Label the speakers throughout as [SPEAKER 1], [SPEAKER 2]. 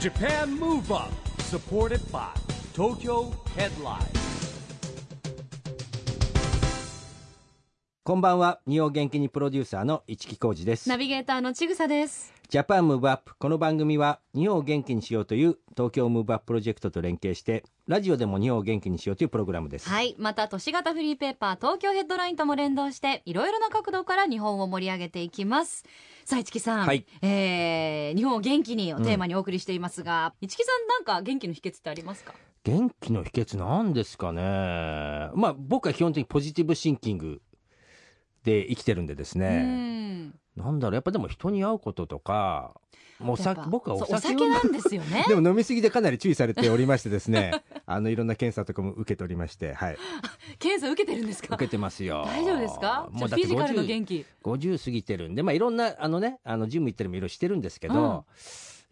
[SPEAKER 1] Japan Move Up supported by Tokyo Headline
[SPEAKER 2] こんばんは日本元気にプロデューサーの市木浩司です
[SPEAKER 3] ナビゲーターのちぐさです。
[SPEAKER 2] ジャパンムーブアップこの番組は日本を元気にしようという東京ムーブアッププロジェクトと連携してラジオでも日本を元気にしようというプログラムです、
[SPEAKER 3] はい。また、都市型フリーペーパー、東京ヘッドラインとも連動して、いろいろな角度から日本を盛り上げていきます。さあ、市木さん。
[SPEAKER 2] はい
[SPEAKER 3] えー日本を元気にをテーマにお送りしていますが、市木さんなんか元気の秘訣ってありますか
[SPEAKER 2] 元気の秘訣なんですかねまあ僕は基本的にポジティブシンキングで生きてるんでです
[SPEAKER 3] う
[SPEAKER 2] ね
[SPEAKER 3] ん。
[SPEAKER 2] なんだろうやっぱでも人に会うこととかもうお
[SPEAKER 3] やっ
[SPEAKER 2] 酒
[SPEAKER 3] ぱ
[SPEAKER 2] 僕はお
[SPEAKER 3] そうお
[SPEAKER 2] 酒を。
[SPEAKER 3] 酒なんですよ ね
[SPEAKER 2] でも飲み過ぎでかなり注意されておりましてですね あのいろんな検査とかも受けておりましてはい
[SPEAKER 3] 検査受けてるんですか
[SPEAKER 2] 受けてますよ
[SPEAKER 3] 大丈夫ですか
[SPEAKER 2] もう
[SPEAKER 3] ち
[SPEAKER 2] だっ
[SPEAKER 3] ょフィ
[SPEAKER 2] て
[SPEAKER 3] ジカルの
[SPEAKER 2] 50
[SPEAKER 3] 元気。
[SPEAKER 2] 50過ぎてるんで、まあ、いろんな、あのね、あの、ジム行ったりもいろいろしてるんですけど、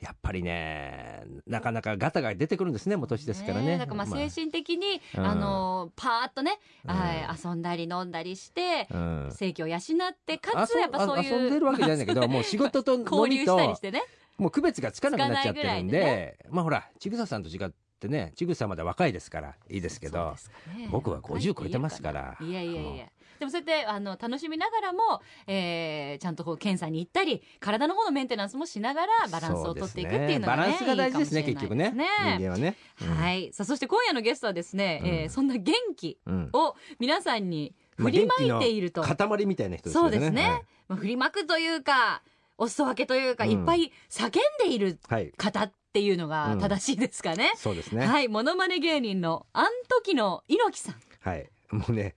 [SPEAKER 2] やっぱりね、なかなかガタが出てくるんですね、もう年ですからね。
[SPEAKER 3] えだからまあ
[SPEAKER 2] まあ
[SPEAKER 3] 精神的に、
[SPEAKER 2] うん
[SPEAKER 3] あの、パーッとね、
[SPEAKER 2] うん
[SPEAKER 3] はい、遊んだり飲んだりして、
[SPEAKER 2] うん。
[SPEAKER 3] 生計を養って、かつ
[SPEAKER 2] 遊ん
[SPEAKER 3] やっぱそういう。
[SPEAKER 2] 遊んでるわけじゃないんだけど、もう仕事 と飲
[SPEAKER 3] 交流
[SPEAKER 2] み
[SPEAKER 3] したり
[SPEAKER 2] と
[SPEAKER 3] し、てね。
[SPEAKER 2] もう区別がつかなくなっちゃってるん
[SPEAKER 3] つかないぐ
[SPEAKER 2] で、
[SPEAKER 3] らい
[SPEAKER 2] まあほら、ちぐささんと違ってね、ちぐさまだ若いですから、いいですけ
[SPEAKER 3] そう
[SPEAKER 2] ど
[SPEAKER 3] で、すかね
[SPEAKER 2] 僕は50超えてますから
[SPEAKER 3] いやいや
[SPEAKER 2] もう
[SPEAKER 3] いや。でもそうやってあの楽しみながらも、えー、ちゃんとこう検査に行ったり体の方のメンテナンスもしながらバランスを取っていくっていうのが、ね、
[SPEAKER 2] そですねバランスが大事ですね、
[SPEAKER 3] いい
[SPEAKER 2] 結
[SPEAKER 3] かも
[SPEAKER 2] 局
[SPEAKER 3] しれな
[SPEAKER 2] ね
[SPEAKER 3] い。
[SPEAKER 2] 人間はね。い。
[SPEAKER 3] はいさあそして今夜のゲストはですね、え
[SPEAKER 2] う
[SPEAKER 3] ー
[SPEAKER 2] ん
[SPEAKER 3] そんな元気
[SPEAKER 2] うん。
[SPEAKER 3] を皆さんに
[SPEAKER 2] まあ
[SPEAKER 3] 振りまいていると、
[SPEAKER 2] 元気の塊みたいな人ですよ
[SPEAKER 3] そう
[SPEAKER 2] ね。
[SPEAKER 3] ですね、まあ、振りまくというかお裾分けというか、
[SPEAKER 2] うん
[SPEAKER 3] いっぱい叫んでいる
[SPEAKER 2] はい。はい。
[SPEAKER 3] 方っていうのが正しいですかね、
[SPEAKER 2] そうですね。
[SPEAKER 3] はいモノマネ芸人のあん時の猪木さん
[SPEAKER 2] はい。もうね、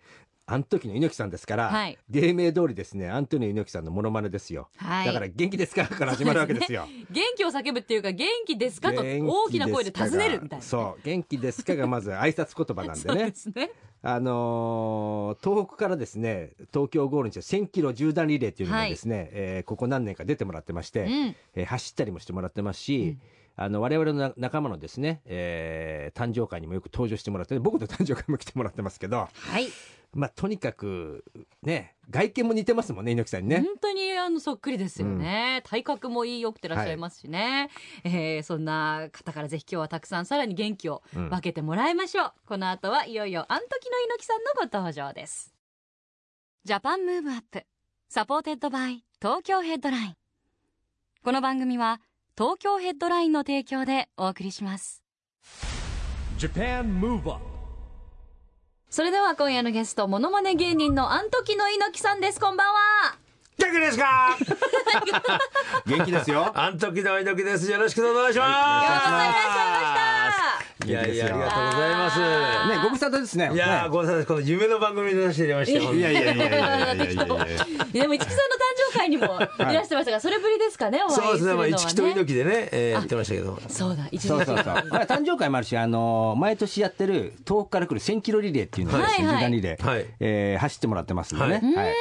[SPEAKER 2] あの時の猪木さんですから、
[SPEAKER 3] はい
[SPEAKER 2] 芸名通りですね、アントニオ猪木さんのモノマネですよ。
[SPEAKER 3] はい
[SPEAKER 2] だから元気ですかから始まるわけですよ。
[SPEAKER 3] 元気を叫ぶっていうか元気ですか
[SPEAKER 2] 元
[SPEAKER 3] と
[SPEAKER 2] 気ですか
[SPEAKER 3] 大きな声で尋ねるみたいなね、
[SPEAKER 2] そう、元気ですかがまず挨拶言葉なんで
[SPEAKER 3] そう
[SPEAKER 2] ね
[SPEAKER 3] で。すね
[SPEAKER 2] あのー東北からですね、東京ゴールにして1000キロ縦断リレーっていうのがですね、えーここ何年か出てもらってまして、
[SPEAKER 3] うん
[SPEAKER 2] えー走ったりもしてもらってますし、あの、我々のな仲間のですね、えー誕生会にもよく登場してもらって、僕の誕生会も来てもらってますけど、
[SPEAKER 3] はい
[SPEAKER 2] まあ、とにかく、ね、外見も似てますもんね、猪木さんにね
[SPEAKER 3] 本。当にあのそっくりですよね、体格もいいよくてらっしゃいますしね、えーそんな方からぜひ今日はたくさんさらに元気を
[SPEAKER 2] うん
[SPEAKER 3] 分けてもらいましょう、この後はいよいよあん時の猪木さんのご登場ですジャパンムーブアップサポーテッドバイ東京ヘッドラインこの番組は東京ヘッドラインの提供でお送りします
[SPEAKER 1] Japan Move Up
[SPEAKER 3] それでは今夜のゲスト、モノマネ芸人のあん時の猪木さんです。こんばんは。
[SPEAKER 4] 元気ですか
[SPEAKER 2] 元気ですよ。
[SPEAKER 4] あん時の猪木です。よろしくお願いします。
[SPEAKER 3] ようこそいらっしゃいまし
[SPEAKER 4] いやいや、
[SPEAKER 2] 元気です
[SPEAKER 4] あり
[SPEAKER 2] よ
[SPEAKER 4] がとうございま
[SPEAKER 2] ね、ご無沙汰ですね。
[SPEAKER 4] す。いやー、
[SPEAKER 2] ね
[SPEAKER 4] ごめんなさい、この夢の番組に出させていただきまして。いやいやいやい
[SPEAKER 3] やいやいやいやた。でも、一木さんの誕生会にもいらしてましたが、それぶりですかね、お
[SPEAKER 4] そう
[SPEAKER 3] 会い
[SPEAKER 4] ですす
[SPEAKER 3] る
[SPEAKER 4] ね、
[SPEAKER 3] の
[SPEAKER 4] ま
[SPEAKER 3] は
[SPEAKER 4] あ、
[SPEAKER 3] ね。
[SPEAKER 4] 一木と猪木でね、えーやってましたけど。
[SPEAKER 3] そうだ、一木
[SPEAKER 2] そうそうそう。あれ誕生会もあるし、あのー毎年やってる、遠くから来る1000キロリレーっていうのをですね、
[SPEAKER 3] はいは
[SPEAKER 2] 縦
[SPEAKER 3] い
[SPEAKER 2] 断リレー、
[SPEAKER 4] はい
[SPEAKER 2] えー走ってもらってますんでね。はい
[SPEAKER 3] うん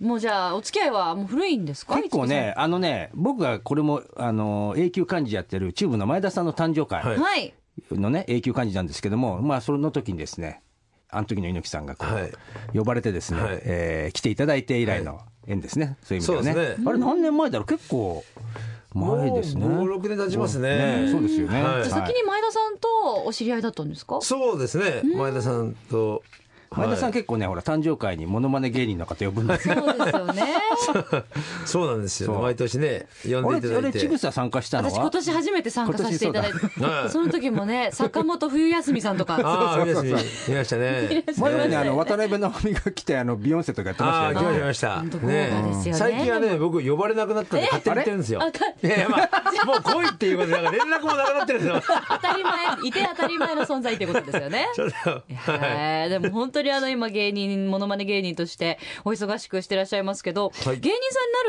[SPEAKER 3] もうじゃあ、お付き合いはもう古いんですか
[SPEAKER 2] 結構ね、あのね、僕がこれも、あのー永久幹事やってる、チューブの前田さんの誕生会
[SPEAKER 4] は
[SPEAKER 3] 一木さんはい。
[SPEAKER 2] のね、永久幹事なんですけども、まあ、その時にですね、あの時の猪木さんがこう、
[SPEAKER 4] はい
[SPEAKER 2] 呼ばれてですね、
[SPEAKER 4] はい
[SPEAKER 2] えー来ていただいて以来の縁ですね、そういう意味では
[SPEAKER 4] そう
[SPEAKER 2] ね
[SPEAKER 4] ですね
[SPEAKER 2] あれ何年前だろう結構前ですね
[SPEAKER 4] もう5 6年経ちますね
[SPEAKER 2] そうですよね、
[SPEAKER 4] はい
[SPEAKER 3] じゃあ先に前田さんとお知り合いだったんですか
[SPEAKER 4] そうですね、前田さんと。
[SPEAKER 2] 前田さん
[SPEAKER 4] はい
[SPEAKER 2] 結構ねほら誕生会にモノマネ芸人の方呼ぶんですよ
[SPEAKER 3] そうです よね。
[SPEAKER 4] そうなんですよ
[SPEAKER 2] そ
[SPEAKER 4] ね。
[SPEAKER 2] う
[SPEAKER 4] 毎年ね、呼
[SPEAKER 2] あ
[SPEAKER 4] んで
[SPEAKER 2] れ
[SPEAKER 4] いた
[SPEAKER 2] あ
[SPEAKER 4] だ
[SPEAKER 2] れ
[SPEAKER 4] いて。
[SPEAKER 2] ちぐさ参加したのは
[SPEAKER 3] 私今年初めて参加させていただいて
[SPEAKER 2] 今、
[SPEAKER 4] そうだはい
[SPEAKER 3] その時も ね、坂本冬休みさんとか、
[SPEAKER 4] ああ、見ました見ましたね。
[SPEAKER 2] 前はね
[SPEAKER 4] ね
[SPEAKER 2] あの渡辺直美が来てあのビヨンセとかやって
[SPEAKER 4] あ
[SPEAKER 2] ま
[SPEAKER 4] あ、
[SPEAKER 2] した
[SPEAKER 4] 来
[SPEAKER 2] よ
[SPEAKER 4] ま
[SPEAKER 2] ね
[SPEAKER 4] した、来ました。
[SPEAKER 3] 本当豪華ですよね
[SPEAKER 4] 最近はね、僕呼ばれなくなったんで、勝手に言ってるんですよ
[SPEAKER 3] あれ。
[SPEAKER 4] いやいや、まあ、もう来いっていうことで、なんか連絡もなくなってるんですよ。
[SPEAKER 3] 当たり前、いて当たり前の存在ってことですよ ね。
[SPEAKER 4] ちょっと
[SPEAKER 3] えーでも本当にあの今芸人、モノマネ芸人としてお忙しくしてらっしゃいますけど、
[SPEAKER 4] はい
[SPEAKER 3] 芸人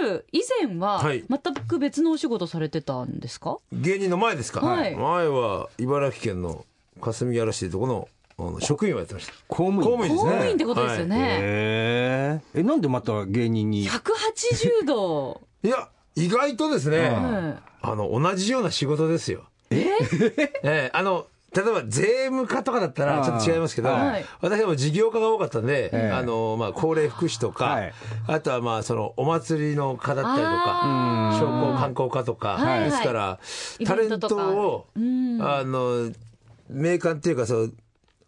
[SPEAKER 3] さんになる以前は
[SPEAKER 4] はい
[SPEAKER 3] 全く別のお仕事されてたんですか、
[SPEAKER 4] 芸人の前ですか。
[SPEAKER 3] は
[SPEAKER 4] 前
[SPEAKER 3] い
[SPEAKER 4] は茨城県の霞ヶ浦市というとこの、あの職員をやってました。
[SPEAKER 2] 公務員
[SPEAKER 4] 公務員です
[SPEAKER 3] 公
[SPEAKER 4] ね。
[SPEAKER 3] 務員ってことですよね。
[SPEAKER 2] へええなんでまた芸人に
[SPEAKER 3] 180度。
[SPEAKER 4] はい。いや、意外とですね、
[SPEAKER 3] うん
[SPEAKER 4] あの、同じような仕事ですよ。ええあの、例えば税務課とかだった
[SPEAKER 2] う
[SPEAKER 4] ら
[SPEAKER 2] ん
[SPEAKER 4] ちょっと違いますけど、
[SPEAKER 3] はい
[SPEAKER 4] 私はもう事業家が多かったんで、
[SPEAKER 2] ええ
[SPEAKER 4] あのまあ、高齢福祉とか、
[SPEAKER 2] はい
[SPEAKER 4] あとはまあそのお祭りの課だったりとか
[SPEAKER 5] あー
[SPEAKER 4] 商工観光課とか、
[SPEAKER 3] はい
[SPEAKER 4] ですから
[SPEAKER 3] イ
[SPEAKER 4] タ
[SPEAKER 3] ベン
[SPEAKER 4] レン
[SPEAKER 3] トと
[SPEAKER 4] ト
[SPEAKER 3] か
[SPEAKER 4] を、
[SPEAKER 3] うん
[SPEAKER 4] あの名鑑っていうかそう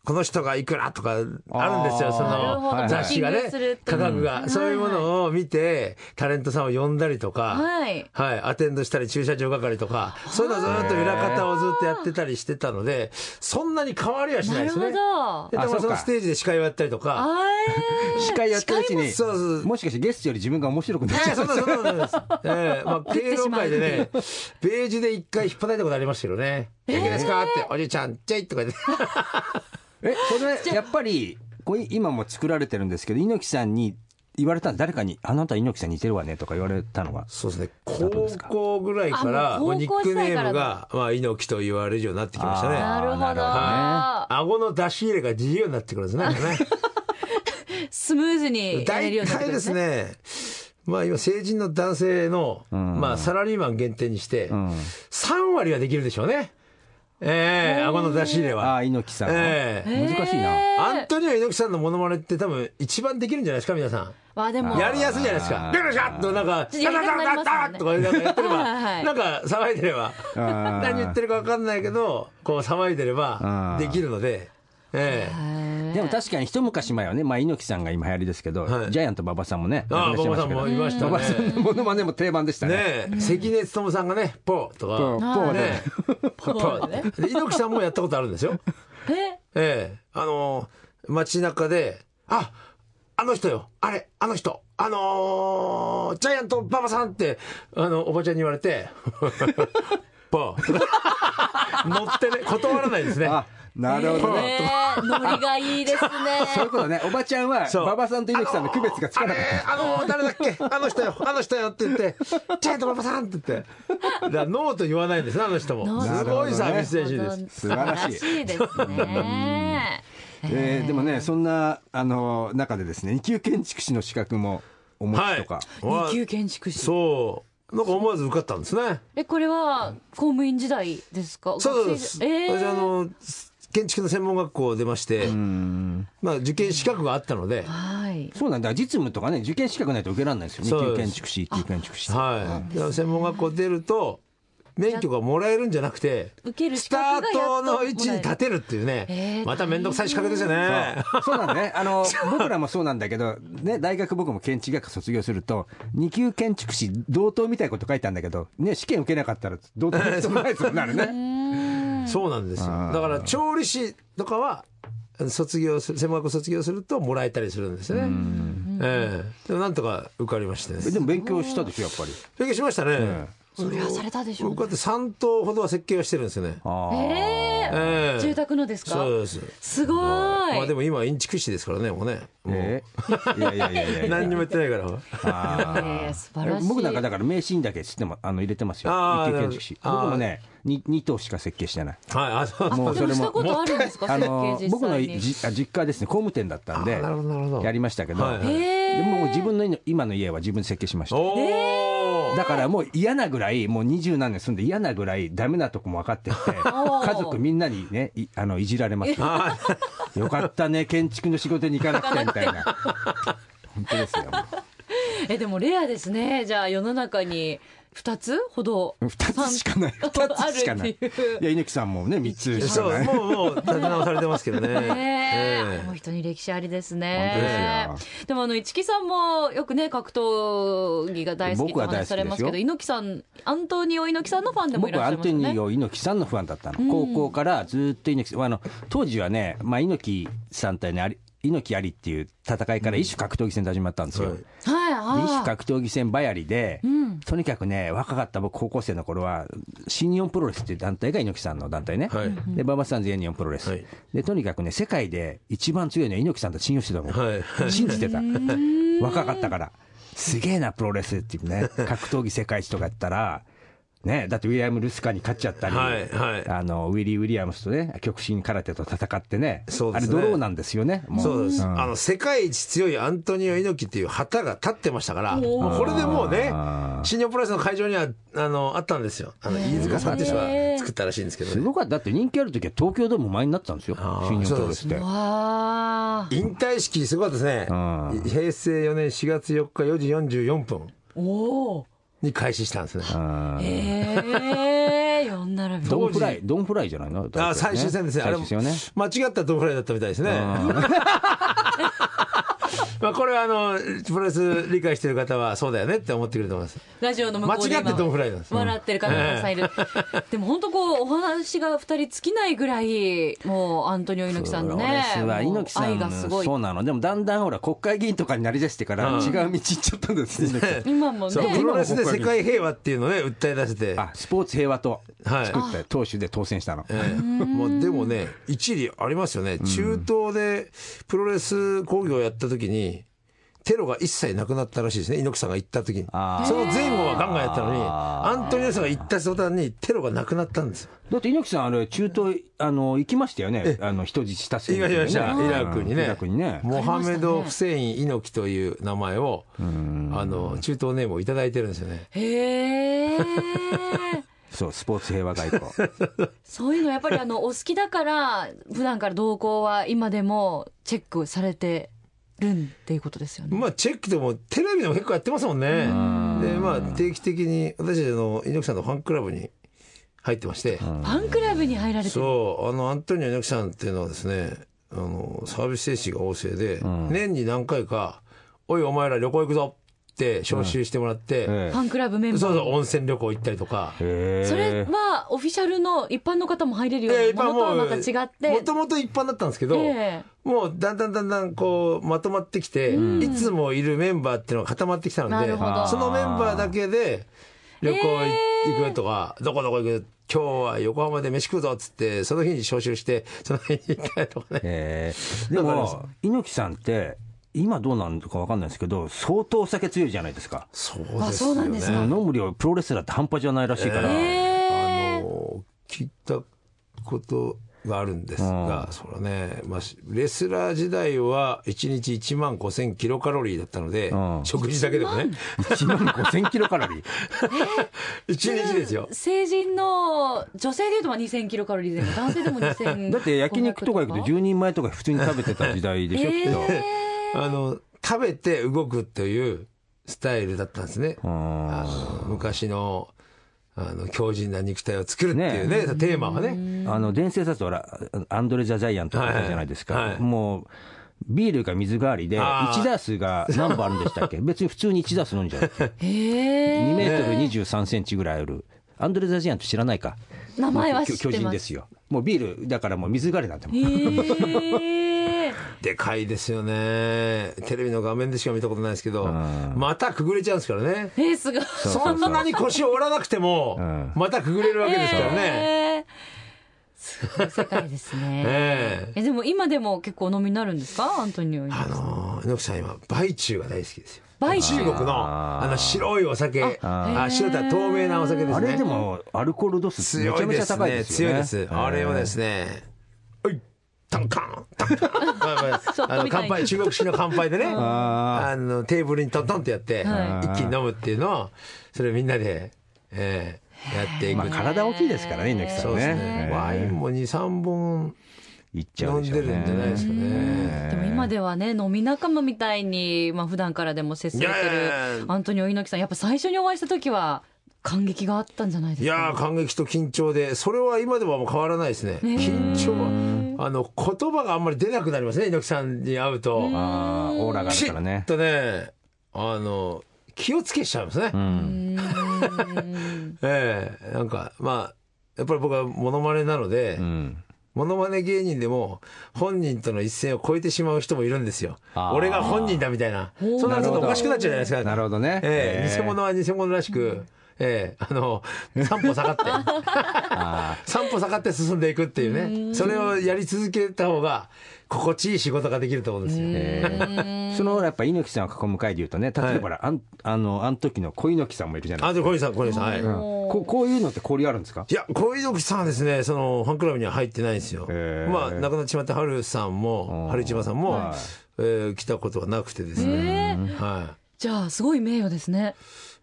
[SPEAKER 4] この人がいくらとかあるんですよ
[SPEAKER 2] あー
[SPEAKER 4] そ
[SPEAKER 2] なるほ
[SPEAKER 4] の
[SPEAKER 2] ど
[SPEAKER 4] 雑誌が
[SPEAKER 3] ランキング
[SPEAKER 4] ね
[SPEAKER 3] するっていう
[SPEAKER 4] 価格が、そういうものを見てタレントさんを呼んだりとか、
[SPEAKER 3] はい。
[SPEAKER 4] はい、アテンドしたり駐車場係とか、そういうのをずっと裏方をずっとやってたりしてたので、そんなに変わりはしな
[SPEAKER 3] ない
[SPEAKER 4] で
[SPEAKER 3] る
[SPEAKER 4] す
[SPEAKER 3] ほ
[SPEAKER 4] ね。
[SPEAKER 3] ど。あ
[SPEAKER 4] で、
[SPEAKER 2] あ
[SPEAKER 4] たまに
[SPEAKER 2] そ
[SPEAKER 4] そう
[SPEAKER 2] か
[SPEAKER 4] のステージで司会をやったりとか、
[SPEAKER 3] ー
[SPEAKER 2] 司会やってるうちに
[SPEAKER 4] そうそう
[SPEAKER 2] もしかしてゲストより自分が面白くなっち
[SPEAKER 4] え
[SPEAKER 2] ゃ
[SPEAKER 4] え
[SPEAKER 2] う
[SPEAKER 4] そんなそんなことないです。ええまあ、芸能界でね、ベージュで一回引っ叩いたことありましたけどね。元気ですかって、おじいちゃん、ちゃいとか言って。
[SPEAKER 2] えそれやっぱりこう今も作られてるんですけど猪木さんに言われたの誰かに「あなた猪木さんに似てるわね」とか言われたのは
[SPEAKER 4] そうですね、
[SPEAKER 2] どうで
[SPEAKER 4] 高
[SPEAKER 2] すか
[SPEAKER 4] 校ぐらいから、
[SPEAKER 3] あもう高校
[SPEAKER 4] ニックネ
[SPEAKER 3] 時代
[SPEAKER 4] ー
[SPEAKER 3] から
[SPEAKER 4] ム
[SPEAKER 3] だ
[SPEAKER 4] が、まあ、猪木と言われるようになってきましたね。
[SPEAKER 2] あ
[SPEAKER 3] なるほど。
[SPEAKER 2] なるほ
[SPEAKER 4] 顎の出し入れが自由になってくるんですね。
[SPEAKER 3] スムーズにやれるようになっ
[SPEAKER 4] 大
[SPEAKER 3] て
[SPEAKER 4] 体
[SPEAKER 3] くるん
[SPEAKER 4] で
[SPEAKER 3] ですすね。
[SPEAKER 4] ね、まあ今、成人の男性の、
[SPEAKER 2] ん
[SPEAKER 4] まあサラリーマン限定にして、
[SPEAKER 2] ん
[SPEAKER 4] 3割はできるでしょうね。ええ顎の出し入れ
[SPEAKER 2] あ
[SPEAKER 4] は。
[SPEAKER 2] あ猪木さんは、
[SPEAKER 4] ええ
[SPEAKER 2] 難しいな、
[SPEAKER 3] え
[SPEAKER 4] アントニオ猪木さんのモノマネって多分一番できるんじゃないですか、皆さ
[SPEAKER 3] わあで
[SPEAKER 4] ん。
[SPEAKER 3] も。
[SPEAKER 4] やりやすいじゃないですか。
[SPEAKER 2] あー
[SPEAKER 4] でるしゃとなんか、
[SPEAKER 3] ちょっとやりたくなりますもんね
[SPEAKER 4] とかなんかやってれば、
[SPEAKER 3] はいはい
[SPEAKER 4] なんか騒いでれば、
[SPEAKER 2] ー
[SPEAKER 4] 何言ってるか分かんないけど、こう騒いでれば
[SPEAKER 2] あー
[SPEAKER 4] できるので、ええ
[SPEAKER 2] でも確かに一昔前はね、まあ、猪木さんが今流行りですけど、
[SPEAKER 4] はい
[SPEAKER 2] ジャイアント馬場さんもね、
[SPEAKER 4] ああ、
[SPEAKER 2] 亡く
[SPEAKER 4] 馬
[SPEAKER 2] なっ
[SPEAKER 4] 場さ
[SPEAKER 2] ちゃいま
[SPEAKER 4] んもいまし
[SPEAKER 2] した
[SPEAKER 4] た
[SPEAKER 2] から馬場さん
[SPEAKER 4] ね。
[SPEAKER 2] のものまねも定番でしたね。
[SPEAKER 4] ねえ、関根勤さんがね、ポーとか。
[SPEAKER 2] ポーポーで
[SPEAKER 4] ねパパで猪木さんもやったことあるんですよ。
[SPEAKER 3] え
[SPEAKER 4] ええあのー街中で、ああの人よ、あれ、あの人、あのージャイアント馬場さんって、あの、おばちゃんに言われて、 ポー。 乗ってね、断らないですね。
[SPEAKER 2] あなるほどね。
[SPEAKER 3] えーノリがいいです ね。
[SPEAKER 2] そういうことね、おばちゃんは
[SPEAKER 4] そう
[SPEAKER 2] 馬場さんと猪木さんの区別がつかなかっ
[SPEAKER 4] あのーあれあのー誰だっけあの人よ、あの人よって言って、ジャイアント馬場さんって言って。だからノーと言わないんですね、あの人も。
[SPEAKER 3] ノ
[SPEAKER 4] す
[SPEAKER 3] ー
[SPEAKER 4] ごいサービス精神です。
[SPEAKER 2] 素晴らしい
[SPEAKER 3] 素晴ですね。
[SPEAKER 2] た。えーでもね、そんなあの中でですね、二級建築士の資格もお持ちとか、
[SPEAKER 3] 二級建築士。
[SPEAKER 4] そう。なんか思わず受かったんですね。
[SPEAKER 3] え、これは公務員時代ですか
[SPEAKER 4] そうそう
[SPEAKER 3] 学
[SPEAKER 4] で
[SPEAKER 3] 生
[SPEAKER 4] す。
[SPEAKER 3] 時代え
[SPEAKER 4] 私あ
[SPEAKER 3] ー、
[SPEAKER 4] の、建築の専門学校を出まして、まあ受験資格があったので、
[SPEAKER 3] はい。
[SPEAKER 2] そうなんだ、実務とかね、受験資格ないと受けられないですよ、
[SPEAKER 4] そう
[SPEAKER 2] 二級
[SPEAKER 4] です
[SPEAKER 2] 建築士、一級建築士。
[SPEAKER 4] はい。だから専門学校出ると、免許がもらえるんじゃなくて、
[SPEAKER 3] 受ける資
[SPEAKER 4] ス
[SPEAKER 3] 格がや
[SPEAKER 4] タ
[SPEAKER 3] っ
[SPEAKER 4] ー
[SPEAKER 3] と
[SPEAKER 4] トの位置に立てるっていう
[SPEAKER 3] え
[SPEAKER 4] ね
[SPEAKER 3] ー、
[SPEAKER 4] また面倒くさい資格ですよね。
[SPEAKER 2] そうなんだ ね。あの、僕らもそうなんだけど、ね、大学僕も建築学科卒業すると、二級建築士同等みたいなこと書いたんだけど、ね、試験受けなかったら同等でもないですもんねあれ ね。
[SPEAKER 4] そうなんですよ。だから調理師とかは、卒業する、専門学校卒業するともらえたりするんですね。ええでもなんとか受かりましてね。
[SPEAKER 2] えでも勉強したでしょ、やっぱり。
[SPEAKER 4] 勉強しましたね。
[SPEAKER 3] それはされたでしょうね
[SPEAKER 4] 僕だって3棟ほどは設計はしてるんですよね。
[SPEAKER 2] あー
[SPEAKER 3] えー、
[SPEAKER 4] ええ
[SPEAKER 3] 住宅のですか
[SPEAKER 4] そうです。
[SPEAKER 3] すごい。
[SPEAKER 4] まあでも今、インチク師ですからね、もうね。もう
[SPEAKER 2] えーいやいやいやいやいや。
[SPEAKER 4] 何にも言ってないから。
[SPEAKER 3] えー素晴らしい。
[SPEAKER 2] 僕なんかだから名シーンだけつってもあの入れてますよ
[SPEAKER 4] あ
[SPEAKER 2] 一
[SPEAKER 4] ー
[SPEAKER 2] 級建築士
[SPEAKER 4] なるほ
[SPEAKER 2] 僕
[SPEAKER 4] ど
[SPEAKER 2] もね 2, 二棟しか設計してない
[SPEAKER 4] はい、あ、そう
[SPEAKER 2] もう
[SPEAKER 3] で
[SPEAKER 2] そ
[SPEAKER 3] も
[SPEAKER 2] れ
[SPEAKER 3] したこ
[SPEAKER 2] も
[SPEAKER 3] とあるんですか
[SPEAKER 2] あ
[SPEAKER 3] 設計
[SPEAKER 2] の
[SPEAKER 3] 実際に。
[SPEAKER 2] 僕のじあ実家はですね工務店だったんで
[SPEAKER 4] あなるほどなるほど
[SPEAKER 2] やりましたけど
[SPEAKER 4] はいはい
[SPEAKER 3] へー
[SPEAKER 2] でもう自分の家今の家は自分で設計しました
[SPEAKER 4] おー
[SPEAKER 2] だからもう嫌なぐらい、もう二十何年住んで嫌なぐらいダメなとこも分かってて、 家族みんなにね、いあのいじられますよ。よかったね、建築の仕事に行かなくてみたい な。本当ですよ。
[SPEAKER 3] えでもレアですねじゃあ世の中に2つほど
[SPEAKER 2] 二つしかない。
[SPEAKER 3] 三
[SPEAKER 2] 二つしかない。い
[SPEAKER 3] ある
[SPEAKER 2] や
[SPEAKER 3] っていう、
[SPEAKER 2] 猪木さんもね、三つしか
[SPEAKER 4] そう、
[SPEAKER 2] ない。
[SPEAKER 4] もう、もう、立て直されてますけどね。
[SPEAKER 3] ねえ
[SPEAKER 4] え
[SPEAKER 3] もう
[SPEAKER 4] え
[SPEAKER 3] 人に歴史ありですね
[SPEAKER 2] 本当で
[SPEAKER 3] でもあの市木さんもよくね格闘技が大好きっ
[SPEAKER 2] 僕は
[SPEAKER 3] てお
[SPEAKER 2] 大好き
[SPEAKER 3] 話
[SPEAKER 2] ですよ
[SPEAKER 3] されますけど猪木さんアントニオ猪木さんのファンでもい
[SPEAKER 2] 僕
[SPEAKER 3] らっ
[SPEAKER 2] は
[SPEAKER 3] し
[SPEAKER 2] ア
[SPEAKER 3] ゃい
[SPEAKER 2] ン
[SPEAKER 3] ま
[SPEAKER 2] ト
[SPEAKER 3] すよ
[SPEAKER 2] ニ
[SPEAKER 3] ね
[SPEAKER 2] オ猪木さんのファンだったの、高校からずっと猪木さんあの当時はね、まあ、猪木さんとねあり猪木ありっていう戦いから一種格闘技戦で始まったんですよ、
[SPEAKER 4] はい
[SPEAKER 3] はい
[SPEAKER 2] で一種
[SPEAKER 3] はい
[SPEAKER 2] 格闘技戦ばやりで、とにかくね、若かった僕、高校生の頃は、新日本プロレスっていう団体が猪木さんの団体ね、
[SPEAKER 4] はい
[SPEAKER 2] で馬場さん、全日本プロレス、
[SPEAKER 4] はい
[SPEAKER 2] で、とにかくね、世界で一番強いのは猪木さんと信用してたもん、
[SPEAKER 4] は い
[SPEAKER 2] 信じてた、 若かったから、すげえな、プロレスっていうね、格闘技世界一とかやったら、ね、だってウィリアム・ルスカに勝っちゃったり、
[SPEAKER 4] はいはい
[SPEAKER 2] あのウィリー・ウィリアムスとね、極真空手と戦ってね、
[SPEAKER 4] そう
[SPEAKER 2] あ
[SPEAKER 4] で
[SPEAKER 2] れ、
[SPEAKER 4] すね
[SPEAKER 2] ドローなんですよね、も
[SPEAKER 4] そうです、
[SPEAKER 2] ん
[SPEAKER 4] あの世界一強いアントニオ猪木っていう旗が立ってましたから、
[SPEAKER 3] おー
[SPEAKER 4] これでもうね
[SPEAKER 2] あ、ー
[SPEAKER 4] 新日本プロレスの会場にはあのあったんですよ、あの飯塚さんって人が作ったらしいんですけど
[SPEAKER 2] す
[SPEAKER 4] ね、
[SPEAKER 2] ごかった、だって人気ある時は東京ドーム前になってたんですよ
[SPEAKER 4] あ、ー
[SPEAKER 2] 新日本プロレスって。
[SPEAKER 3] わあ。
[SPEAKER 4] 引退式、すごかったですね、
[SPEAKER 2] あー
[SPEAKER 4] 平成4年4月4日4時44分
[SPEAKER 3] おお。
[SPEAKER 4] に開始したんですね、
[SPEAKER 2] あー
[SPEAKER 3] ええー、呼んだらびっくり
[SPEAKER 2] ドンフライ、ドンフライじゃないの大体ね
[SPEAKER 4] あー最終戦ですね、あ
[SPEAKER 2] 最
[SPEAKER 4] れ
[SPEAKER 2] 終戦よね。
[SPEAKER 4] 間違ったドンフライだったみたいですね。 まあこれはあのプロレス理解してる方はそうだよねって思ってくれると思います。
[SPEAKER 3] ラジオの向こうで
[SPEAKER 4] 間違ってドンフライなんです
[SPEAKER 3] 笑ってる方がたくさんい る。でも本当こう、お話が二人尽きないぐらい、もうアントニオ猪木さんのね
[SPEAKER 2] プロレス、は
[SPEAKER 3] もう
[SPEAKER 2] 猪木さん
[SPEAKER 3] 愛がすごい
[SPEAKER 2] そ。うなのでもだんだんほら国会議員とかになりだしてから違う道行っちゃったんですね猪木さん
[SPEAKER 3] 今も
[SPEAKER 4] そうプ
[SPEAKER 3] ね、
[SPEAKER 4] ロレスで世界平和っていうのをね訴え出してて、
[SPEAKER 2] あスポーツ平和党
[SPEAKER 4] はい
[SPEAKER 2] 作った党首で当選したの
[SPEAKER 4] ええもうでもね一理ありますよね中東でプロレス興行をやった時にテロが一切なくなったらしいですね猪木さんが行った時に
[SPEAKER 2] あー
[SPEAKER 4] その前後はガンガンやったのにアントニオさんが行った途端にテロがなくなったんですよ
[SPEAKER 2] だって猪木さんあれ中東あの行きましたよねあの人質助け
[SPEAKER 4] 行
[SPEAKER 2] に
[SPEAKER 4] きました
[SPEAKER 2] ね
[SPEAKER 4] イラクにね
[SPEAKER 2] イラクにね
[SPEAKER 4] モハメド・フセイン猪木という名前をあの中東ネームをいただいてるんですよね
[SPEAKER 3] へえ。
[SPEAKER 2] そうスポーツ平和外交
[SPEAKER 3] そういうのやっぱりあの、お好きだから、普段から動向は今でもチェックされてるんっていうことですよね。
[SPEAKER 4] まあチェックでもテレビでも結構やってますもんね。でまあ定期的に私たちの猪木さんのファンクラブに入ってまして、
[SPEAKER 3] ファンクラブに入られてる。
[SPEAKER 4] そうあのアントニオ猪木さんっていうのはですねあのサービス精神が旺盛で、年に何回か「おいお前ら旅行行くぞ」って招集してもらって、
[SPEAKER 2] え
[SPEAKER 3] ファンクラブメンバ
[SPEAKER 4] そうそう
[SPEAKER 3] ー。
[SPEAKER 4] 温泉旅行行ったりとか。
[SPEAKER 2] え
[SPEAKER 3] それはオフィシャルの一般の方も入れるようなものとはまた違って。
[SPEAKER 4] もともと一般だったんですけど、
[SPEAKER 3] ええ
[SPEAKER 4] もうだんだんだんだんこうまとまってきて、いつもいるメンバーっていうのが固まってきたの
[SPEAKER 3] な
[SPEAKER 4] で
[SPEAKER 3] るほど
[SPEAKER 4] そのメンバーだけで旅行い行くとか、どこどこ行く今日は横浜で飯食うぞっつってその日に招集してその日に行ったりとかね。
[SPEAKER 2] えーで
[SPEAKER 4] なんかあり
[SPEAKER 2] も猪木さんって今どうなんのかわかんないですけど相当お酒強いじゃないですか
[SPEAKER 4] そう
[SPEAKER 3] あそうなんです
[SPEAKER 2] 飲
[SPEAKER 3] ね
[SPEAKER 2] む量プロレスラーって半端じゃないらしいから、
[SPEAKER 4] あ
[SPEAKER 3] ええ
[SPEAKER 4] の聞いたことがあるんですが、それはね、まあ、しレスラー時代は1日1万5000キロカロリーだったので、
[SPEAKER 2] うん
[SPEAKER 4] 食事だけでもね
[SPEAKER 2] 1万5000キロカロリー。
[SPEAKER 4] 1日ですよ
[SPEAKER 3] 成人の女性でいうとまあ2000キロカロリーで男性でも2000
[SPEAKER 2] だって焼肉 とか行くと10人前とか普通に食べてた時代でしょ、
[SPEAKER 3] え
[SPEAKER 2] きっと。
[SPEAKER 3] え
[SPEAKER 4] あの、食べて動くというスタイルだったんですね。あの昔の、あの、強靭な肉体を作るっていうね、テーマはね。
[SPEAKER 2] あの、伝説だとら、アンドレ・ザ・ジャイアントとかいたじゃないですか。
[SPEAKER 4] はいはいはい
[SPEAKER 2] もう、ビールが水代わりで、1
[SPEAKER 4] あー
[SPEAKER 2] ダースが何本あるんで したっけ別に普通に1ダース飲んじゃう。
[SPEAKER 3] ええ
[SPEAKER 2] 2メートル23センチぐらいある。アンドレ・ザ・ジャイアント知らないか。
[SPEAKER 3] 名前は知ってます
[SPEAKER 2] 巨人ですよ。もうビール、だからもう水代わりなんてもん。
[SPEAKER 3] ええ
[SPEAKER 4] でかいですよね。テレビの画面でしか見たことないですけど、またくぐれちゃうんですからね。
[SPEAKER 3] えー、すごい
[SPEAKER 4] そんなに腰を折らなくても、またくぐれるわけですからね。
[SPEAKER 3] ええすごい世界ですね
[SPEAKER 4] ええ
[SPEAKER 3] えでも今でも結構お飲みになるんですかアントニオ
[SPEAKER 4] あ
[SPEAKER 3] 猪木
[SPEAKER 4] のー、猪木さん今、梅中が大好きですよ。
[SPEAKER 3] 梅中
[SPEAKER 4] 中国の、あの、白いお酒。あ、白いってのは透明なお酒ですね。
[SPEAKER 2] あれでも、アルコール度数め
[SPEAKER 4] 強
[SPEAKER 2] ちゃ
[SPEAKER 4] い
[SPEAKER 2] めち
[SPEAKER 4] で
[SPEAKER 2] ゃ
[SPEAKER 4] す
[SPEAKER 2] 高い
[SPEAKER 4] ね。
[SPEAKER 2] ですよ
[SPEAKER 4] 強い
[SPEAKER 2] ね。
[SPEAKER 4] です。あれをですね、おい、タンカン、タンカン。あの乾杯、中国式の乾杯でね、あのテーブルにトントンってやって、
[SPEAKER 3] は
[SPEAKER 4] 一気に飲むっていうのを、それをみんなで、えーやってい
[SPEAKER 2] ま
[SPEAKER 4] く
[SPEAKER 2] あ、。体大きいですからね、猪木さ
[SPEAKER 4] そ
[SPEAKER 2] ん
[SPEAKER 4] う
[SPEAKER 2] ね。
[SPEAKER 4] で
[SPEAKER 2] え
[SPEAKER 4] すね。
[SPEAKER 2] ー
[SPEAKER 4] ワインも2、3本
[SPEAKER 2] いっちゃ
[SPEAKER 4] 飲
[SPEAKER 2] うんで
[SPEAKER 4] で
[SPEAKER 2] しょう
[SPEAKER 4] るんじゃないですかね。
[SPEAKER 3] でも今ではね飲み仲間みたいに、まあ普段からでも接されて
[SPEAKER 4] いやいや
[SPEAKER 3] るアントニオ猪木さんやっぱ最初にお会いした時は感激があったんじゃないで
[SPEAKER 4] い
[SPEAKER 3] すか
[SPEAKER 4] やー、感激と緊張で、それは今でももう変わらないですね。緊張は、あの、言葉があんまり出なくなりますね、猪木さんに会うと。
[SPEAKER 2] あーオーラがあ
[SPEAKER 4] ピシ
[SPEAKER 2] る
[SPEAKER 4] ッ
[SPEAKER 2] からね。
[SPEAKER 4] とね、あの、気をつけちゃいますね。ええなんか、まあ、やっぱり僕はモノマネなので、
[SPEAKER 2] うん
[SPEAKER 4] モノマネ芸人でも本人との一線を越えてしまう人もいるんですよ。
[SPEAKER 2] あー
[SPEAKER 4] 俺が本人だみたいな。そんなのちょっとおかしくなっちゃうじゃないですか。
[SPEAKER 2] なるほどね
[SPEAKER 4] ええ
[SPEAKER 2] ええ
[SPEAKER 4] 偽物は偽物らしく、ええあの、三歩 下がって、三歩下がって進んでいくっていうね、それをやり続けた方が、心地いい仕事ができると思うんですよ。
[SPEAKER 2] えそのほらやっぱ猪木さんを囲む会で言うとね例えばほら、あんあのあの時の小猪木さんもいるじゃない
[SPEAKER 4] あ、
[SPEAKER 2] です
[SPEAKER 4] で、小西さん、小西さん、はい。
[SPEAKER 2] か、うんここういうのって交流あるんですか
[SPEAKER 4] いや、小猪木さんはですね、その、ファンクラブには入ってないんですよ。
[SPEAKER 2] へー
[SPEAKER 4] まあ、亡くなっちまった春さん
[SPEAKER 2] う
[SPEAKER 4] も
[SPEAKER 2] ん、
[SPEAKER 4] 春千葉さんも、
[SPEAKER 2] はい
[SPEAKER 4] えー来たことがなくてですね。
[SPEAKER 3] えー
[SPEAKER 4] はい。
[SPEAKER 3] じゃあすごい名誉ですね。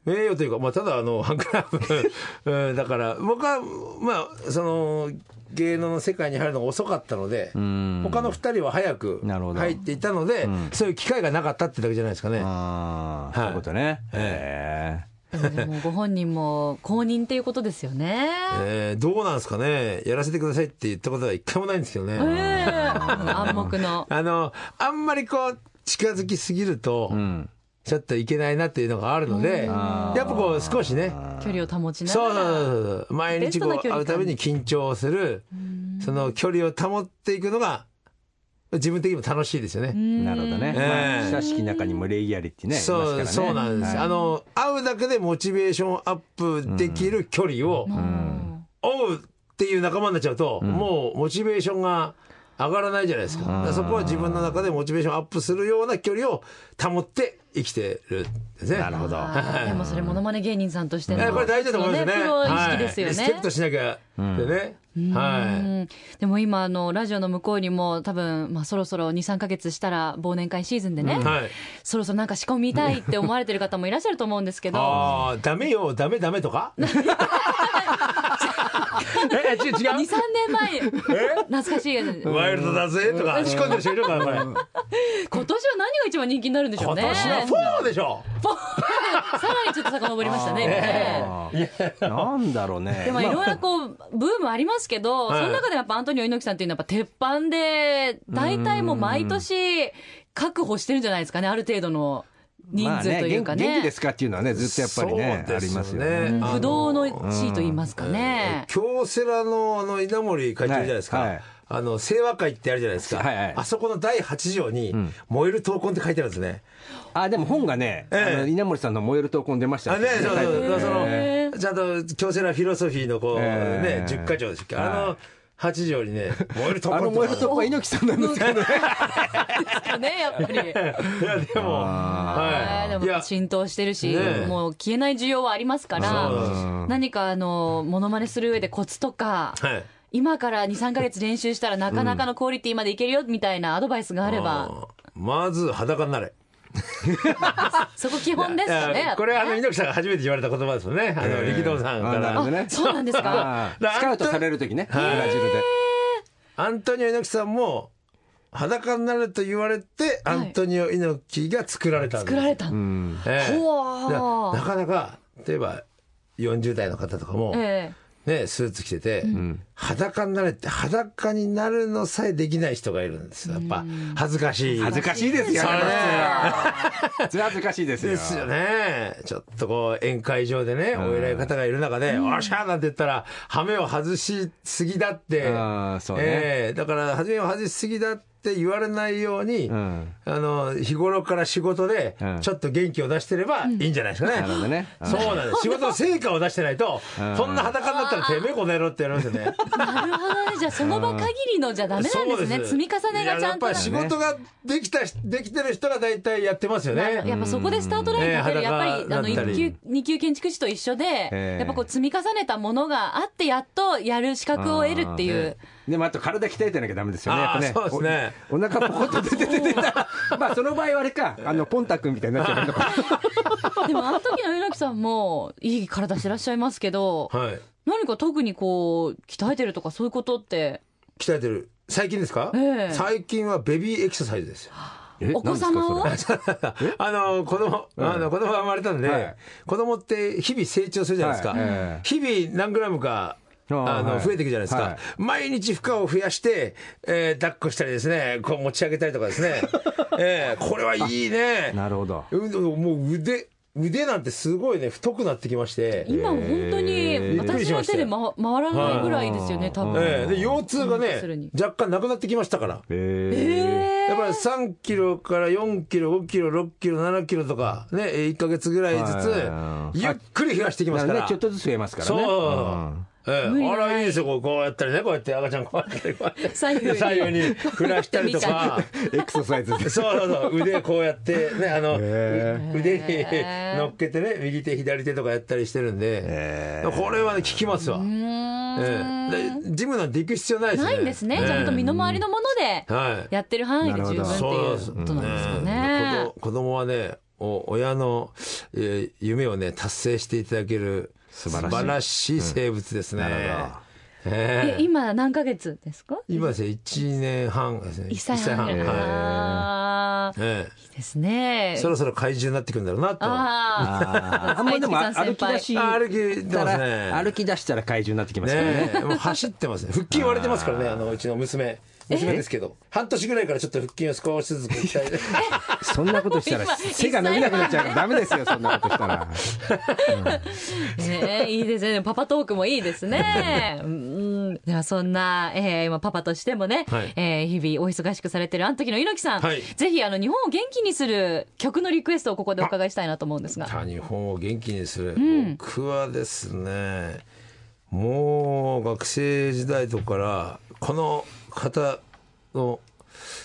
[SPEAKER 4] 名誉というか、まあ、ただあの、ハンクラブ、 うんだから、僕は、まあ、その、芸能の世界に入るのが遅かったので、
[SPEAKER 2] ん
[SPEAKER 4] 他の二人は早く
[SPEAKER 2] なるほど
[SPEAKER 4] 入っていたので、そういう機会がなかったってだけじゃないですかね。
[SPEAKER 2] ああ、
[SPEAKER 4] はい
[SPEAKER 2] そういうことねえ
[SPEAKER 3] でもでもご本人も公認っていうことですよね。
[SPEAKER 4] えーどうなんですかね、やらせてくださいって言ったことは一回もないんですけどね。
[SPEAKER 3] えー暗黙の。
[SPEAKER 4] あの、あんまりこう、近づきすぎると、
[SPEAKER 2] えうん
[SPEAKER 4] ちょっといけないなっていうのがあるので、やっぱこう、少しね、
[SPEAKER 3] 距離を保ちなが
[SPEAKER 4] そ
[SPEAKER 3] ら。
[SPEAKER 4] うそうそうそう毎
[SPEAKER 3] ベス
[SPEAKER 4] 日
[SPEAKER 3] トな
[SPEAKER 4] こ
[SPEAKER 3] 距
[SPEAKER 4] う
[SPEAKER 3] 離
[SPEAKER 4] 会
[SPEAKER 3] 感
[SPEAKER 4] うたびに緊張するその距離を保っていくのが自分的にも楽しいですよね。
[SPEAKER 2] なるほどね、
[SPEAKER 4] ええ
[SPEAKER 2] まあ、親しき中にも礼儀ありってね
[SPEAKER 4] そ、
[SPEAKER 2] 言いうますから
[SPEAKER 4] そ
[SPEAKER 2] ね
[SPEAKER 4] うなんです、
[SPEAKER 2] はい
[SPEAKER 4] あの会うだけでモチベーションアップできる距離を
[SPEAKER 3] うん
[SPEAKER 4] 追うっていう仲間になっちゃうと、もうモチベーションが上がらないじゃないですか。だからそこは自分の中でモチベーションアップするような距離を保って生きてるんですね。なるほど
[SPEAKER 3] あーでもそれモノマネ芸人さんとして
[SPEAKER 4] え
[SPEAKER 3] の。
[SPEAKER 4] これ大事だと思いますよね。
[SPEAKER 3] そのプロ意識ですよ
[SPEAKER 4] はい
[SPEAKER 3] ね。
[SPEAKER 4] リスペクトしなきゃってね。
[SPEAKER 3] う
[SPEAKER 4] はい。
[SPEAKER 3] んでも今あのラジオの向こうにも多分、まあ、そろそろ23か月したら忘年会シーズンでね、
[SPEAKER 4] はい。
[SPEAKER 3] そろそろなんか仕込みたいって思われてる方もいらっしゃると思うんです けど
[SPEAKER 4] ああ、ダメよ、ダメダメとか え、違う
[SPEAKER 3] 23年前懐かしいやつ
[SPEAKER 4] 違うワイルドだぜとか仕込んでる人いるから、これ。
[SPEAKER 3] 今年は何が一番人気になるんでしょう
[SPEAKER 4] 今
[SPEAKER 3] ね
[SPEAKER 4] 年はフォーでしょ
[SPEAKER 3] さらにちょっと遡りましたね今ね
[SPEAKER 2] あーなんだろうね
[SPEAKER 3] でもいろいろこうブームありますけど、
[SPEAKER 4] はい
[SPEAKER 3] その中でやっぱアントニオ猪木さんっていうのはやっぱ鉄板で大体もう毎年確保してるんじゃないですかねある程度の人数という
[SPEAKER 2] ま
[SPEAKER 3] か
[SPEAKER 2] あ元気元気
[SPEAKER 3] ね
[SPEAKER 2] ですかっていうのはねずっとやっぱりね
[SPEAKER 4] そう
[SPEAKER 2] あ
[SPEAKER 4] で
[SPEAKER 2] り
[SPEAKER 4] すよね
[SPEAKER 2] ますよね
[SPEAKER 4] あの
[SPEAKER 3] 不動の地位と言いますかね。
[SPEAKER 4] 京セラのあの稲森会長いるじゃないですか、
[SPEAKER 2] はいはい
[SPEAKER 4] あの清和会ってあるじゃないですか、
[SPEAKER 2] はいはい
[SPEAKER 4] あそこの第8条に「燃える闘魂」って書いてあるんですね、
[SPEAKER 2] あでも本がね、
[SPEAKER 4] ええ
[SPEAKER 2] あの稲森さんの「燃える闘魂」出ました
[SPEAKER 4] あねそう
[SPEAKER 2] タイトル
[SPEAKER 4] そうその、
[SPEAKER 2] え
[SPEAKER 4] ちゃんと京セラフィロソフィーのこう、
[SPEAKER 2] ええ
[SPEAKER 4] ね10か条ですっけあ
[SPEAKER 2] は
[SPEAKER 4] の8条にね「 燃える闘
[SPEAKER 2] えあの「
[SPEAKER 4] 魂」
[SPEAKER 2] 燃える闘魂」は猪木さんなんですけどね
[SPEAKER 3] ねやっぱり。
[SPEAKER 4] いやでもはい
[SPEAKER 3] で
[SPEAKER 4] いや
[SPEAKER 3] も浸透してるし、
[SPEAKER 4] ねえ
[SPEAKER 3] もう消えない需要はありますか
[SPEAKER 4] そうなんです
[SPEAKER 3] ら、何かあの、モノマネする上でコツとか、
[SPEAKER 4] はい
[SPEAKER 3] 今から2、3ヶ月練習したらなかなかのクオリティまでいけるよみたいなアドバイスがあれば、
[SPEAKER 4] まず裸になれ。
[SPEAKER 3] そこ基本ですか
[SPEAKER 4] い
[SPEAKER 3] ね
[SPEAKER 4] や。これあの猪木さんが初めて言われた言葉ですもんね。あの力道さんか
[SPEAKER 2] あなるほど
[SPEAKER 4] ら。
[SPEAKER 2] ね
[SPEAKER 3] あそうなんですか。
[SPEAKER 2] あースカウトされる時ねブラジルで
[SPEAKER 4] アントニオ猪木さんも裸になれと言われて、
[SPEAKER 3] い
[SPEAKER 4] アントニオ猪木が作られたんです。
[SPEAKER 3] 作られた
[SPEAKER 2] う
[SPEAKER 3] の。
[SPEAKER 2] ん
[SPEAKER 4] ええ
[SPEAKER 3] ほう
[SPEAKER 4] だからなかなか例えば40代の方とかも、
[SPEAKER 3] え
[SPEAKER 4] ねスーツ着てて、裸になれって裸になるのさえできない人がいるんですよ。やっぱ恥ずかしい。
[SPEAKER 2] 恥ずかしいですよ
[SPEAKER 4] それね
[SPEAKER 2] 普通は恥ずかしいですよ
[SPEAKER 4] ですよね。ちょっとこう、宴会場でね、お偉い方がいる中で、おっしゃーなんて言ったら、羽目を外しすぎだって。
[SPEAKER 2] あーそうね
[SPEAKER 4] ええだから、羽目を外しすぎだって言われないように、
[SPEAKER 2] ん
[SPEAKER 4] あの、日頃から仕事で
[SPEAKER 2] うん、
[SPEAKER 4] ちょっと元気を出してればいいんじゃないですかね。
[SPEAKER 2] なるほどねうん
[SPEAKER 4] そうなんです。仕事の成果を出してないと、そんな裸になったらてめえこの野郎ってやりますよね。
[SPEAKER 3] えなるほどね。じゃあその場限りのじゃダメなんですね。積み重ねがちゃんと
[SPEAKER 4] いややっぱ
[SPEAKER 3] な
[SPEAKER 4] り。仕事ができた人、できてる人が大体やってますよね。
[SPEAKER 3] やっぱそこでスタートラインに立てる、
[SPEAKER 4] ね
[SPEAKER 3] やっぱりあの
[SPEAKER 4] 裸だったり
[SPEAKER 3] 一級二級建築士と一緒で、
[SPEAKER 2] ええ
[SPEAKER 3] やっぱこう積み重ねたものがあってやっとやる資格を得るっていう、
[SPEAKER 2] でもあと体鍛えてなきゃダメですよね。やっ
[SPEAKER 4] あ
[SPEAKER 2] ぱ
[SPEAKER 4] ー
[SPEAKER 2] ね。
[SPEAKER 4] そうですね
[SPEAKER 2] おお腹ポコッと出て出てたら、まあその場合はあれか、あの、ポンタ君みたいになっちゃうのか。
[SPEAKER 3] でもあの時の猪木さんもいい体してらっしゃいますけど、
[SPEAKER 4] はい。
[SPEAKER 3] 何か特にこう鍛えてるとかそういうことって
[SPEAKER 4] 鍛えてる。最近ですか、
[SPEAKER 3] ええ
[SPEAKER 4] 最近はベビーエクササイズですよ。
[SPEAKER 2] え
[SPEAKER 3] お子様を
[SPEAKER 2] 何で
[SPEAKER 4] あの、子供、あの、子供が生まれたんで、
[SPEAKER 2] はい
[SPEAKER 4] 子供って日々成長するじゃないですか。
[SPEAKER 2] はいええ
[SPEAKER 4] 日々何グラムか、
[SPEAKER 2] あー
[SPEAKER 4] あの、
[SPEAKER 2] はい
[SPEAKER 4] 増えていくじゃないですか。
[SPEAKER 2] はい
[SPEAKER 4] 毎日負荷を増やして、えー抱っこしたりですね、こう持ち上げたりとかですね。ええこれはいいね。
[SPEAKER 2] なるほど。
[SPEAKER 4] うんもう腕、腕なんてすごいね、太くなってきまして。
[SPEAKER 3] 今本当に私の手で、ま、回らないぐらいですよね多分、
[SPEAKER 4] ええで腰痛が
[SPEAKER 3] うん要する
[SPEAKER 4] ね
[SPEAKER 3] に、
[SPEAKER 4] 若干なくなってきましたから。
[SPEAKER 2] えー
[SPEAKER 4] やっぱり3キロから4キロ、5キロ、6キロ、7キロとか、ね、1ヶ月ぐらいず
[SPEAKER 2] は
[SPEAKER 4] つ、
[SPEAKER 2] い
[SPEAKER 4] ゆっくり増やしていきますから。
[SPEAKER 2] ね、ちょっとずつ増えますからね。
[SPEAKER 4] そう。え
[SPEAKER 3] 無理
[SPEAKER 4] え、
[SPEAKER 3] な
[SPEAKER 4] あ
[SPEAKER 3] い
[SPEAKER 4] らいいですよこうこうやったりねこうやって赤ちゃんこうやってこうやって
[SPEAKER 3] 左右に
[SPEAKER 4] 左右に振らしたりとか
[SPEAKER 2] うんエクササイズ で
[SPEAKER 4] そうそうそう腕こうやってねあの、
[SPEAKER 2] へ
[SPEAKER 4] う腕に乗っけてね右手左手とかやったりしてるんで、これはね効きますわ、ええでジムなんて行く必要ないです
[SPEAKER 3] な
[SPEAKER 4] ね
[SPEAKER 3] いんですね。じゃあ、本当身の回りのもので、
[SPEAKER 4] はい
[SPEAKER 3] やってる範囲で十分って
[SPEAKER 4] そう
[SPEAKER 3] いうことなんですか
[SPEAKER 4] 子
[SPEAKER 3] ね
[SPEAKER 4] 供。子供はねお親の、えー夢をね達成していただける素
[SPEAKER 2] 晴らしい
[SPEAKER 4] しい生物ですね、
[SPEAKER 2] なるほど
[SPEAKER 4] ええ
[SPEAKER 3] え、今何ヶ月ですか
[SPEAKER 4] 今ですね、1年半ですね。
[SPEAKER 3] 一歳半ぐ
[SPEAKER 4] 一
[SPEAKER 3] らい。あー
[SPEAKER 4] え
[SPEAKER 3] いいですね
[SPEAKER 4] え。そろそろ怪獣になってくるんだろうなと。あ
[SPEAKER 3] あ
[SPEAKER 2] あーあんまでも
[SPEAKER 3] 大地さん
[SPEAKER 2] 歩き出し
[SPEAKER 4] ー歩き出
[SPEAKER 2] た
[SPEAKER 4] ます
[SPEAKER 2] ら、歩
[SPEAKER 4] ね。
[SPEAKER 2] き出したら怪獣になってきますからね。
[SPEAKER 4] ねえ、もう走ってますね。腹筋割れてますからね、あの、うちの娘。娘ですけど、半年ぐらいからちょっと腹筋を少しずつ鍛えて。
[SPEAKER 2] そんなことしたら
[SPEAKER 3] 今
[SPEAKER 2] 背が伸びなくなっちゃうからダメですよ、そんなことしたら。
[SPEAKER 3] ーえーいいですね。パパトークもいいですね。うんではそんな、えー今パパとしてもね、
[SPEAKER 4] はい
[SPEAKER 3] えー日々お忙しくされてるあの時の猪木さん、
[SPEAKER 4] はい
[SPEAKER 3] ぜひあの日本を元気にする曲のリクエストをここでお伺いしたいなと思うんですが。
[SPEAKER 4] 他日本を元気にする、僕はですねもう学生時代とかからこの方の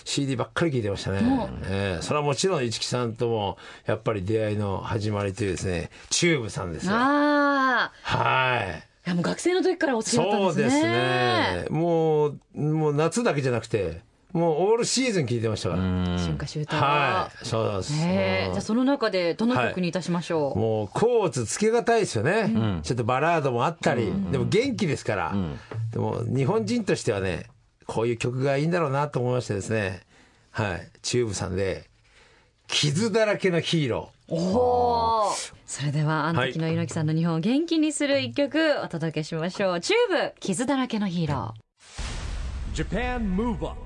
[SPEAKER 4] CD ばっかり聴いてましたね、ええそれはもちろん市木さんともやっぱり出会いの始まりというですねチューブさんですよ
[SPEAKER 3] ああ、
[SPEAKER 4] はい
[SPEAKER 3] いやもう学生の時からお好きだったん
[SPEAKER 4] そ
[SPEAKER 3] で
[SPEAKER 4] う
[SPEAKER 3] すね。
[SPEAKER 4] ですねもうもう夏だけじゃなくてもうオールシーズン聴いてましたから
[SPEAKER 3] 春夏秋冬。
[SPEAKER 4] はいそうなんです、
[SPEAKER 3] ええじゃあその中でどの曲にいたしましょう、
[SPEAKER 4] もうコーツつけがたいですよね、ちょっとバラードもあったり、でも元気ですから、でも日本人としてはねこういう曲がいいんだろうなと思いましてですねはいチューブさんで「傷だらけのヒーロー
[SPEAKER 3] おーそれではあの時の
[SPEAKER 4] はい
[SPEAKER 3] 猪木さんの日本を元気にする一曲お届けしましょうチューブ傷だらけのヒーロー
[SPEAKER 1] Japan Move Up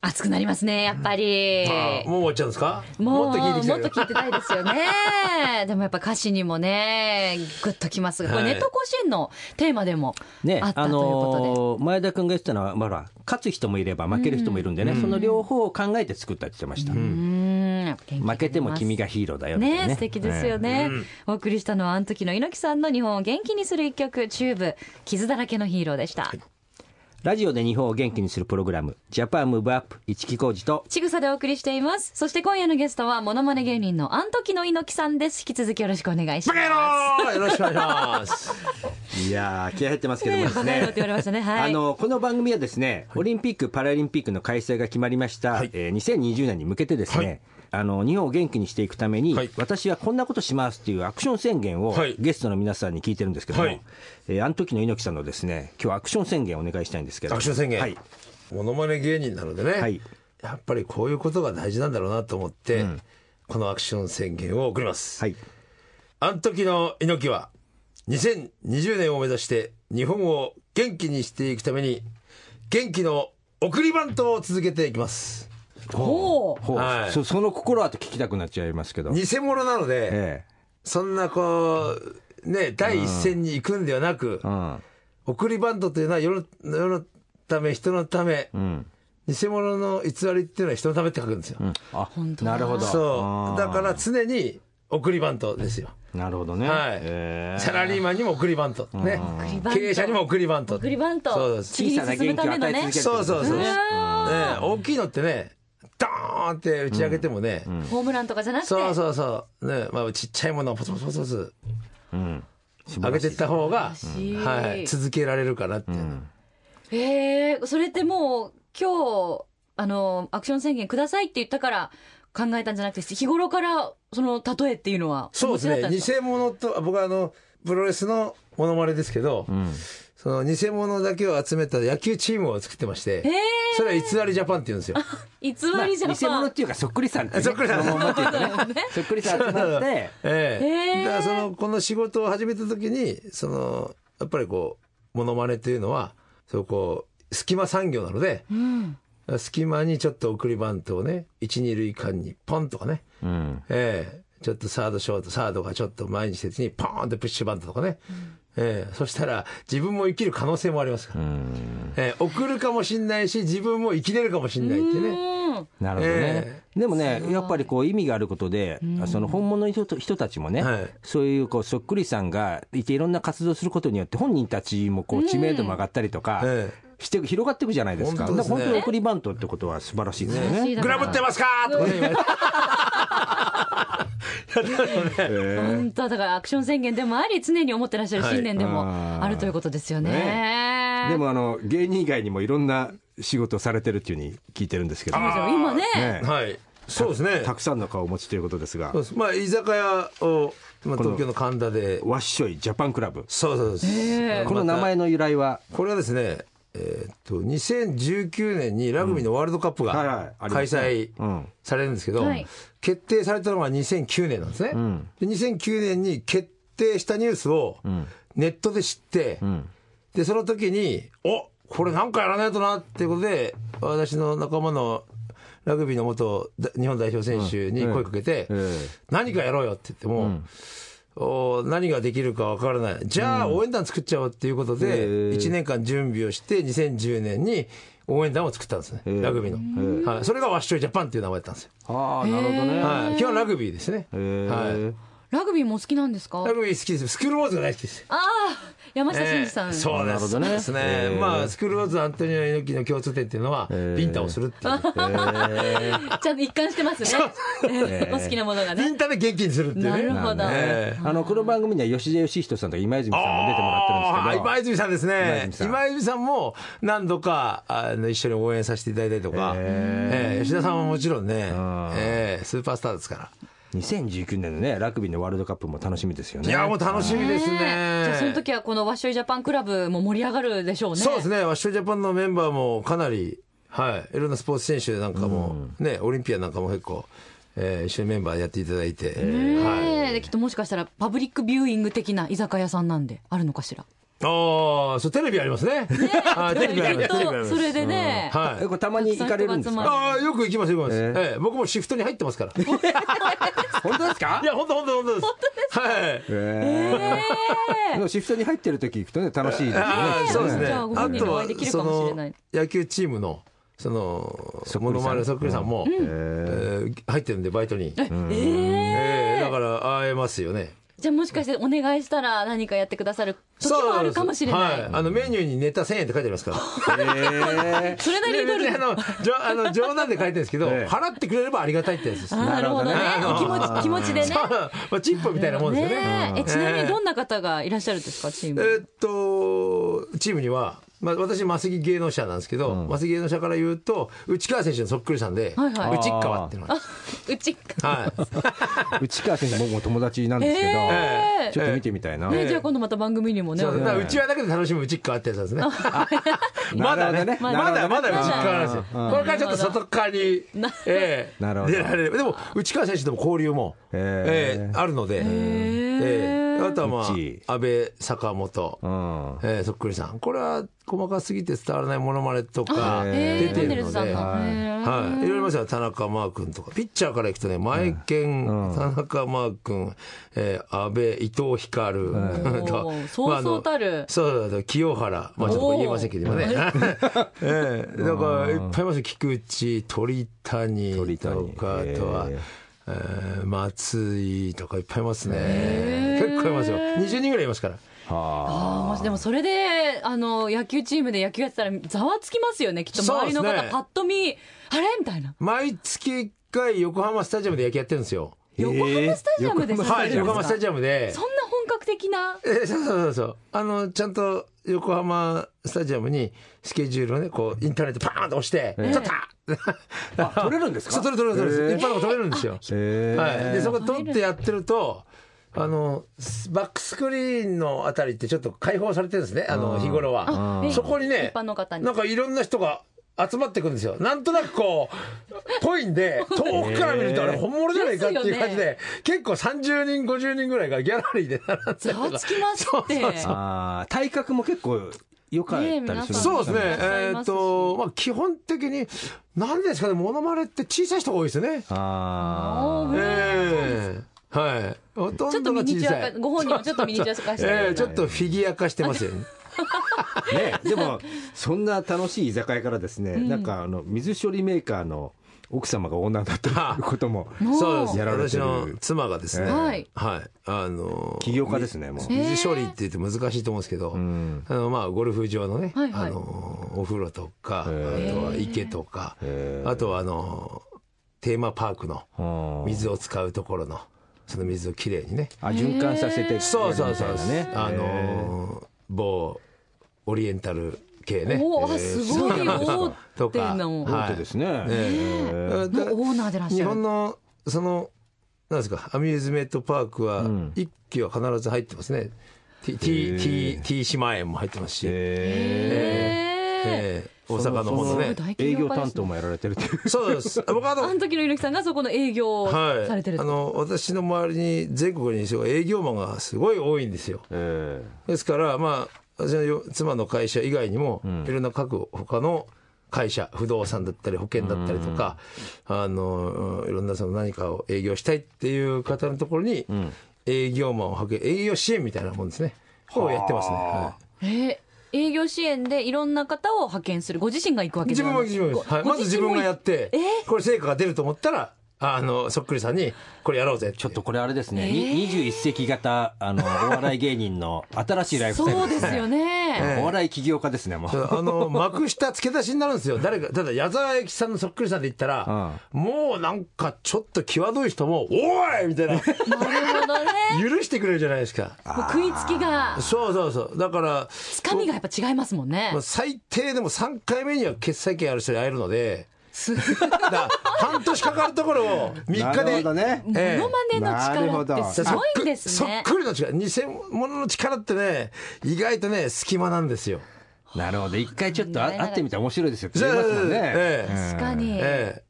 [SPEAKER 3] 熱くなりますねやっぱ」り
[SPEAKER 4] あーもう終わっちゃうんですか
[SPEAKER 3] もう
[SPEAKER 4] もっと聞いてきて
[SPEAKER 3] もっと聞いてたいですよ ねでもやっぱ歌詞にもねグッときますがこれ
[SPEAKER 4] はい
[SPEAKER 3] ネット甲子園のテーマでも
[SPEAKER 2] ね、
[SPEAKER 3] あったということ
[SPEAKER 2] ー
[SPEAKER 3] で、
[SPEAKER 2] 前田君が言ってたのは、まあほら、勝つ人もいれば負ける人もいるんでね、その両方を考えて作ったって言ってました。
[SPEAKER 3] うん
[SPEAKER 2] 負けても君
[SPEAKER 3] が
[SPEAKER 2] がヒーローだよって
[SPEAKER 3] ね素敵ですよね、お送りしたのはあの時の猪木さんの日本を元気にする一曲チューブ傷だらけのヒーローでした、
[SPEAKER 2] ラジオで日本を元気にするプログラム、ジャパンムーブアップ、市木浩二と、
[SPEAKER 3] ちぐさでお送りしています。そして今夜のゲストは、モノマネ芸人のアントキの猪木さんです。引き続きよろしくお願いします。
[SPEAKER 4] バカ野郎よろしくお願いします
[SPEAKER 2] いやー、気合入ってますけども
[SPEAKER 3] ねえ
[SPEAKER 2] で
[SPEAKER 3] バカ
[SPEAKER 2] す
[SPEAKER 3] 野郎っ
[SPEAKER 2] ね。
[SPEAKER 3] て言われましたね。は
[SPEAKER 2] あ
[SPEAKER 3] い。
[SPEAKER 2] のこの番組はですね、オリンピック・パラリンピックの開催が決まりました、
[SPEAKER 4] はい
[SPEAKER 2] えー2020年に向けてですね、
[SPEAKER 4] はい
[SPEAKER 2] あの日本を元気にしていくために、
[SPEAKER 4] はい
[SPEAKER 2] 私はこんなことしますっていうアクション宣言を、
[SPEAKER 4] はい
[SPEAKER 2] ゲストの皆さんに聞いてるんですけども、
[SPEAKER 4] はい
[SPEAKER 2] えーあの時の猪木さんのですね今日アクション宣言をお願いしたいんですけど
[SPEAKER 4] アクション宣言、
[SPEAKER 2] はい、
[SPEAKER 4] モノマネ芸人なのでね、
[SPEAKER 2] はい
[SPEAKER 4] やっぱりこういうことが大事なんだろうなと思って、このアクション宣言を送ります、
[SPEAKER 2] はい
[SPEAKER 4] あの時の猪木は、2020年を目指して日本を元気にしていくために、元気の送りバントを続けていきます。
[SPEAKER 3] おー
[SPEAKER 2] ほう
[SPEAKER 4] はい
[SPEAKER 2] そその心はと聞きたくなっちゃいますけど、
[SPEAKER 4] 偽物なので、
[SPEAKER 2] え
[SPEAKER 4] そんなこう、ね、第一線に行くんではなく
[SPEAKER 2] え、うん
[SPEAKER 4] 送りバントというのは世の世のため、人のため、
[SPEAKER 2] うん
[SPEAKER 4] 偽物の偽りっていうのは人のためって書くんですよ。
[SPEAKER 2] うん、あ
[SPEAKER 3] 本当だ
[SPEAKER 2] なるほど
[SPEAKER 4] そう。だからら常に送りバントですよ。
[SPEAKER 2] なるほどね、
[SPEAKER 4] はい
[SPEAKER 2] ええ
[SPEAKER 4] サラリーマンにも送りバント。ね
[SPEAKER 3] りバン。ト
[SPEAKER 4] 経営者にも送りバント。
[SPEAKER 3] 送りバント。
[SPEAKER 4] そうです
[SPEAKER 3] 次に進むための
[SPEAKER 2] 小さな元気を与
[SPEAKER 3] ね。
[SPEAKER 2] え続ける
[SPEAKER 4] そうそうそう。
[SPEAKER 3] う
[SPEAKER 4] ね
[SPEAKER 3] わ
[SPEAKER 4] 大きいのってね、ドーンって打ち上げてもね、
[SPEAKER 3] ホームランとかじゃなくて。
[SPEAKER 4] そうそうそう、ね、まあちっちゃいものをポツポツポツポツ
[SPEAKER 2] うん素晴
[SPEAKER 4] 上
[SPEAKER 2] らし
[SPEAKER 4] げ
[SPEAKER 2] い
[SPEAKER 4] ていった方が、
[SPEAKER 3] 素晴らしい
[SPEAKER 4] はい、続けられるかなっていうう。
[SPEAKER 2] ん
[SPEAKER 3] へえ、それってもう、今日、あの、アクション宣言くださいって言ったから、考えたんじゃなくて、日頃から、その、例えっていうのは、
[SPEAKER 4] そうですね、
[SPEAKER 3] 2000。
[SPEAKER 4] 偽物と、あ僕はあの、プロレスのモノマネですけど、
[SPEAKER 2] ん
[SPEAKER 4] その偽物だけを集めた野球チームを作ってまして、
[SPEAKER 3] へえ、
[SPEAKER 4] それは偽りジャパンって言うんですよ。
[SPEAKER 3] 偽
[SPEAKER 2] まあ
[SPEAKER 3] りじゃん。
[SPEAKER 2] 偽物っていうかそっくりさんっていうね
[SPEAKER 4] そっくりさん
[SPEAKER 2] そのままっていうかねそっくりさん集まって
[SPEAKER 4] え
[SPEAKER 3] へ
[SPEAKER 4] え
[SPEAKER 3] え
[SPEAKER 4] だからその、この仕事を始めた時に、その、やっぱりこう、モノマネというのは、そうこう、隙間産業なので、
[SPEAKER 3] うん。
[SPEAKER 4] 隙間にちょっと送りバントをね、1、2塁間にポンとかね、
[SPEAKER 2] うん
[SPEAKER 4] ええちょっとサードショート、サードがちょっと前にしてにポーンってプッシュバントとかね、えええそしたら自分も生きる可能性もありますから、
[SPEAKER 2] うん
[SPEAKER 4] ええ送るかもしれないし自分も生きれるかもしれないってね
[SPEAKER 3] うん
[SPEAKER 2] なるほどね、
[SPEAKER 4] え
[SPEAKER 2] でもね
[SPEAKER 3] すごい
[SPEAKER 2] やっぱりこう意味があることで、その本物の人と人たちもね、
[SPEAKER 4] はい
[SPEAKER 2] そういうこうそっくりさんがいていろんな活動することによって本人たちもこう知名度も上がったりとか、
[SPEAKER 4] え
[SPEAKER 2] して広がっていくじゃないですか
[SPEAKER 4] 本当です
[SPEAKER 2] だか
[SPEAKER 4] ね
[SPEAKER 2] ら本当に送りバントってことは素晴らしいですよね
[SPEAKER 3] 嬉しい
[SPEAKER 4] え
[SPEAKER 3] だ
[SPEAKER 4] グ
[SPEAKER 3] か
[SPEAKER 4] ラ
[SPEAKER 3] ら
[SPEAKER 4] ブってますかとかね言 われて
[SPEAKER 3] 本当だからアクション宣言でもあり常に思ってらっしゃる信念で
[SPEAKER 2] はいあ
[SPEAKER 3] も
[SPEAKER 2] ー
[SPEAKER 3] あるということですよね。
[SPEAKER 2] でもあの芸人以外にもいろんな仕事をされてるっていうふうに聞いてるんですけど
[SPEAKER 3] そうですよ今ね
[SPEAKER 2] ね
[SPEAKER 4] はいそうですね
[SPEAKER 2] たくさんの顔をお持ちということですが
[SPEAKER 4] そうですまあ居酒屋を、まあ、東京の神田で
[SPEAKER 2] わっしょいジャパンクラブ
[SPEAKER 4] そうそうです、
[SPEAKER 3] え
[SPEAKER 2] この名前の由来は
[SPEAKER 4] これはですね、えーっと2019年にラグビーのワールドカップ
[SPEAKER 2] うんはいはい
[SPEAKER 4] が
[SPEAKER 2] ありま
[SPEAKER 4] 開
[SPEAKER 2] すね
[SPEAKER 4] 催
[SPEAKER 2] うん
[SPEAKER 4] されるんですけど、
[SPEAKER 3] はい
[SPEAKER 4] 決定されたのが2009年なんですね、
[SPEAKER 2] ん
[SPEAKER 4] で2009年に決定したニュースをネットで知って、
[SPEAKER 2] ん
[SPEAKER 4] でその時におこれなんかやらないとなっていうことで私の仲間のラグビーの元だ日本代表選手に声かけて、
[SPEAKER 2] ええ
[SPEAKER 4] 何かやろうよって言っても、お何ができるか分からないじゃあ応援団作っちゃおうっていうことで、
[SPEAKER 2] へえ
[SPEAKER 4] 1年間準備をして2010年に応援団を作ったんですね、
[SPEAKER 2] へえ
[SPEAKER 4] ラグビーの、はい、それがワッショイジャパンっていう名前だったんですよ、
[SPEAKER 2] ああなるほどね
[SPEAKER 4] はい、基本ラグビーですね、
[SPEAKER 2] え
[SPEAKER 4] は
[SPEAKER 3] ラグビーもお好きなんですか
[SPEAKER 4] い、ラグビー好きですスクールウォーズが大好きです
[SPEAKER 3] ああ山下真司さん、
[SPEAKER 4] えーそう
[SPEAKER 2] な
[SPEAKER 4] で
[SPEAKER 2] るほ
[SPEAKER 4] す
[SPEAKER 2] どね
[SPEAKER 4] そうですね、
[SPEAKER 2] えー
[SPEAKER 4] まあスクールウォーズとアントニオ猪木の共通点っていうのは、
[SPEAKER 2] えー
[SPEAKER 4] ビンタをするっ ていう
[SPEAKER 3] ちゃんと一貫してますね、えー お好きなものが
[SPEAKER 4] ビ
[SPEAKER 3] ね
[SPEAKER 4] ンタで元気にするっていうね
[SPEAKER 3] なるほど、
[SPEAKER 4] えー
[SPEAKER 2] あのこの番組には吉田義人さんとか今泉さんも出てもらってるん
[SPEAKER 4] ああ
[SPEAKER 2] ですけど
[SPEAKER 4] 今泉さんです
[SPEAKER 2] 今
[SPEAKER 4] ね
[SPEAKER 2] 泉さん
[SPEAKER 4] 今泉さんも何度かあの一緒に応援させていただいたりとか、ええ吉田さんはもちろんね、
[SPEAKER 2] ん
[SPEAKER 4] ええスーパースターですから
[SPEAKER 2] 2019年のねラグビーのワールドカップも楽しみですよね
[SPEAKER 4] いやもう楽しみですね、
[SPEAKER 3] ねじゃあその時はこのワッショイジャパンクラブも盛り上がるでしょうね
[SPEAKER 4] そうですねワッショイジャパンのメンバーもかなり、はい、いろんなスポーツ選手なんかも、ねオリンピアンなんかも結構、ええ一緒にメンバーやっていただいて、はい、
[SPEAKER 3] ねえできっともしかしたらパブリックビューイング的な居酒屋さんなんであるのかしら、
[SPEAKER 4] ああそうテレビありますねあーテレビあり
[SPEAKER 3] き
[SPEAKER 4] ま
[SPEAKER 3] っ
[SPEAKER 4] すテレビあり
[SPEAKER 3] と
[SPEAKER 4] ます
[SPEAKER 3] それでね、
[SPEAKER 4] はい
[SPEAKER 2] えこれたまに行かれるんですか
[SPEAKER 4] ああよく行きますよ行きます、
[SPEAKER 2] え
[SPEAKER 4] え
[SPEAKER 2] ー
[SPEAKER 4] え僕もシフトに入ってますから
[SPEAKER 2] 本当ですか
[SPEAKER 4] いや、本当本当本当です。はい。
[SPEAKER 2] ええでもシフトに入ってる時行くとね楽しいですよね
[SPEAKER 4] ああ、そうですね。
[SPEAKER 3] じゃ
[SPEAKER 4] あ
[SPEAKER 3] あ
[SPEAKER 4] と
[SPEAKER 3] ご本人にお会いできるかもしれない
[SPEAKER 4] は、その、野球チームの、その、
[SPEAKER 2] そっくりさん
[SPEAKER 4] モノマネそっくりさんも、えー入ってるんで、バイトに。え
[SPEAKER 3] ええ
[SPEAKER 4] えだから、会えますよね。
[SPEAKER 3] じゃあもしかしてお願いしたら何かやってくださる時もあるかもしれない
[SPEAKER 4] そうなんですはい。あの、メニューにネタ1000円って書いてありますから。
[SPEAKER 2] え
[SPEAKER 3] それなりに取
[SPEAKER 4] で別
[SPEAKER 3] る
[SPEAKER 4] あの、じょあの冗談で書いてるんですけど、
[SPEAKER 2] ええ
[SPEAKER 4] 払ってくれればありがたいってやつです。
[SPEAKER 3] あーなるほどね
[SPEAKER 2] なる
[SPEAKER 3] お気持ち気持ちでね
[SPEAKER 4] まあ、チップみたいなもんですよね。
[SPEAKER 3] ねええちなみにど
[SPEAKER 4] ん
[SPEAKER 3] んな方がいらっしゃるんですかチーム、
[SPEAKER 4] えーっと、チームには、まあ、私、マスギ芸能者なんですけど、マスギ芸能者から言うと、内川選手のそっくりさんで、
[SPEAKER 3] はいはい
[SPEAKER 4] 内川っていうのが。
[SPEAKER 3] うち
[SPEAKER 4] はい。
[SPEAKER 2] え内川選手僕も友達なんですけど、
[SPEAKER 4] ええ
[SPEAKER 2] ちょっと見てみたいな、
[SPEAKER 3] ね、じゃあ今度また番組にもね。
[SPEAKER 4] そう
[SPEAKER 3] お
[SPEAKER 4] だか
[SPEAKER 3] 願
[SPEAKER 4] ら
[SPEAKER 3] い
[SPEAKER 4] 内輪だけで楽しむ内川ってやつなんですね。まだね、ま
[SPEAKER 2] なるほどね
[SPEAKER 4] だま
[SPEAKER 2] な
[SPEAKER 4] だ内
[SPEAKER 2] るほどね
[SPEAKER 4] 川なんですよ。
[SPEAKER 2] うん
[SPEAKER 4] これからちょっと外側に、ええ
[SPEAKER 2] なるほど
[SPEAKER 4] 出られる。でも、内川選手とも交流も、
[SPEAKER 2] へ
[SPEAKER 4] ええあるので、ええあとはま
[SPEAKER 2] う
[SPEAKER 4] あ
[SPEAKER 2] ち、
[SPEAKER 4] 安倍、坂本、
[SPEAKER 2] うん
[SPEAKER 4] ええそっくりさん。これは細かすぎて伝わらないものまねとか、
[SPEAKER 3] えー、
[SPEAKER 4] 出て
[SPEAKER 3] トンネ
[SPEAKER 4] る
[SPEAKER 3] ルズさ
[SPEAKER 4] の
[SPEAKER 3] ん
[SPEAKER 4] で、
[SPEAKER 3] の。
[SPEAKER 4] は
[SPEAKER 3] へ
[SPEAKER 4] い。い
[SPEAKER 3] ー
[SPEAKER 4] ろいろいますよ。田中マー君とか。ピッチャーからいくとね、マイケン、田中マー君、えー、安倍、伊藤光、
[SPEAKER 3] おー
[SPEAKER 4] と
[SPEAKER 3] そうそうたる
[SPEAKER 4] そうそうそう、清原。まあちょっとこれ言えませんけど、今ね。 ええだから、いっぱいいますよ。菊池、
[SPEAKER 2] 鳥
[SPEAKER 4] 鳥谷と
[SPEAKER 2] 谷
[SPEAKER 4] か、あ
[SPEAKER 2] ええ
[SPEAKER 4] とは、えー松井とかいっぱいいますね。結構いますよ。20人ぐらいいますから。
[SPEAKER 2] はあ
[SPEAKER 3] あーもしでもそれであの野球チームで野球やってたらざわつきますよねきっと周りの
[SPEAKER 4] そう
[SPEAKER 3] 方、
[SPEAKER 4] ですね
[SPEAKER 3] パッと見あれみたいな
[SPEAKER 4] 毎月1回横浜スタジアムで野球やってるんですよ。
[SPEAKER 3] 横浜スタジアムで
[SPEAKER 2] えー
[SPEAKER 3] さ
[SPEAKER 4] は
[SPEAKER 3] れ
[SPEAKER 4] い、
[SPEAKER 3] てるん
[SPEAKER 4] 横
[SPEAKER 3] で
[SPEAKER 4] 浜ス
[SPEAKER 3] す
[SPEAKER 4] タ
[SPEAKER 3] か
[SPEAKER 4] ジアムで
[SPEAKER 3] そ。んな本格的な
[SPEAKER 4] えーそうそうそうそう。あの、ちゃんと横浜スタジアムにスケジュールをね、こう、インターネットパーンと押して、取った
[SPEAKER 2] あ取れるんですか
[SPEAKER 4] そう、取れる取れる取れる。一般のも取れるんですよ。
[SPEAKER 2] ええ
[SPEAKER 4] はい。で、そこ取ってやってると、あの、スバックスクリーンのあたりってちょっと開放されてるんですね、あの、日頃は。そこにね、
[SPEAKER 3] 一般の方に
[SPEAKER 4] なんかいろんな人が、集まってくるんですよ。なんとなくこう、ぽいんで、遠くから見るとあれ本物じゃないかっていう感じで、結構30人、50人ぐらいがギャラリーで並んで
[SPEAKER 3] ざわつきますって
[SPEAKER 2] ああ体格も結構良かったりするんですか
[SPEAKER 4] そうですね。
[SPEAKER 3] いらっしゃ
[SPEAKER 4] え
[SPEAKER 3] い
[SPEAKER 4] ーっ
[SPEAKER 3] ますし
[SPEAKER 4] と、まあ、基本的に、なんですかね、モノマネって小さい人が多いですよね。
[SPEAKER 2] あ
[SPEAKER 4] ええはい。ほと
[SPEAKER 3] ちょ
[SPEAKER 4] ん
[SPEAKER 3] っと
[SPEAKER 4] どが
[SPEAKER 3] ミニ
[SPEAKER 4] 小
[SPEAKER 3] チュ
[SPEAKER 4] さ
[SPEAKER 3] ア
[SPEAKER 4] い
[SPEAKER 3] 化、。ご本人もちょっとミニチュア化して
[SPEAKER 4] え
[SPEAKER 3] る。
[SPEAKER 4] えちょっとフィギュア化してますよね。
[SPEAKER 2] ね、でもそんな楽しい居酒屋からですね、なんかあの水処理メーカーの奥様がオーナーだったということも
[SPEAKER 4] そうです。
[SPEAKER 2] やられ
[SPEAKER 4] 私
[SPEAKER 2] てる
[SPEAKER 4] の妻がですね。
[SPEAKER 2] ええ
[SPEAKER 3] はい
[SPEAKER 4] はい。あのー
[SPEAKER 2] 起業家ですねもう
[SPEAKER 4] み水処理って言って難しいと思うんですけど、あの、まあ、ゴルフ場のね、
[SPEAKER 3] はいはい
[SPEAKER 4] あのーお風呂とか、あと
[SPEAKER 2] え
[SPEAKER 4] は池とか、
[SPEAKER 2] え
[SPEAKER 4] あとはあのーテーマパークの
[SPEAKER 2] あー
[SPEAKER 4] 水を使うところの、その水をきれいにね。
[SPEAKER 2] あ循環させて
[SPEAKER 4] そうそうそう
[SPEAKER 2] やるみたいなね。
[SPEAKER 4] あ
[SPEAKER 2] えー
[SPEAKER 4] のー某オリエンタル系ね。
[SPEAKER 3] おお、すごい大
[SPEAKER 4] と
[SPEAKER 3] 手
[SPEAKER 4] か。
[SPEAKER 3] の。
[SPEAKER 4] はい
[SPEAKER 2] 大手ですね。
[SPEAKER 4] ええ
[SPEAKER 2] え
[SPEAKER 3] のオーナーでらっし
[SPEAKER 4] 日
[SPEAKER 3] ゃる
[SPEAKER 4] 本。のそのなんですかアミューズメントパークは
[SPEAKER 2] ん
[SPEAKER 4] 一期は必ず入ってますね、T T T T 島園も入ってますし、え
[SPEAKER 2] え
[SPEAKER 4] え大阪の方のね
[SPEAKER 3] そ
[SPEAKER 2] ー営業担当もやられてるっていう。
[SPEAKER 4] そうです僕はあ
[SPEAKER 3] あ
[SPEAKER 4] の
[SPEAKER 3] の時の猪木さんがそこの営業を
[SPEAKER 4] はい
[SPEAKER 3] されてる
[SPEAKER 4] あ。の私の周りに全国にそう営業マンがすごい多いんですよ
[SPEAKER 2] え
[SPEAKER 4] ですからまあ私のよ妻の会社以外にもいろんな各他の会社不動産だったり保険だったりとか、あのいろんなその何かを営業したいっていう方のところに営業マンを派遣営業支援みたいなもんですねをやってますね、はい
[SPEAKER 3] えー営業支援でいろんな方を派遣する。ご自身が行くわけ
[SPEAKER 4] 自
[SPEAKER 3] じゃ
[SPEAKER 4] 分
[SPEAKER 3] な
[SPEAKER 4] も
[SPEAKER 3] い
[SPEAKER 4] 自分もです、はい、まず自分がやって、これ成果が出ると思ったらあのそっくりさんにこれやろうぜ
[SPEAKER 2] ちょっとこれあれですね。に21世紀型、あの、お笑い芸人の新しいライフスタイル
[SPEAKER 3] そうですよね。
[SPEAKER 2] お笑い起業家ですね、もう。
[SPEAKER 4] あの、幕下付け出しになるんですよ。誰か、ただ矢沢永吉さんのそっくりさんで言ったら、もうなんかちょっと際どい人も、おいみたい な、
[SPEAKER 3] なるほどね。
[SPEAKER 4] 許してくれるじゃないですか。
[SPEAKER 3] もう食いつきが、
[SPEAKER 4] そうそうそう。だから、
[SPEAKER 3] つかみがやっぱ違いますもんね
[SPEAKER 4] まあ。最低でも3回目には決済権ある人に会えるので、
[SPEAKER 3] す
[SPEAKER 4] だから半年かかるところを3日
[SPEAKER 2] なるほ
[SPEAKER 4] で
[SPEAKER 2] どね。
[SPEAKER 4] ええ
[SPEAKER 3] モノマネの力ってすごいんですね
[SPEAKER 4] そっくりの力、偽物の力ってね、意外とね、隙間なんですよ。
[SPEAKER 2] なるほど。一回ちょっとあ
[SPEAKER 3] ね
[SPEAKER 2] 会ってみたら面白いですよって言いますもんね。
[SPEAKER 4] ええ
[SPEAKER 3] 確かに、
[SPEAKER 4] ええ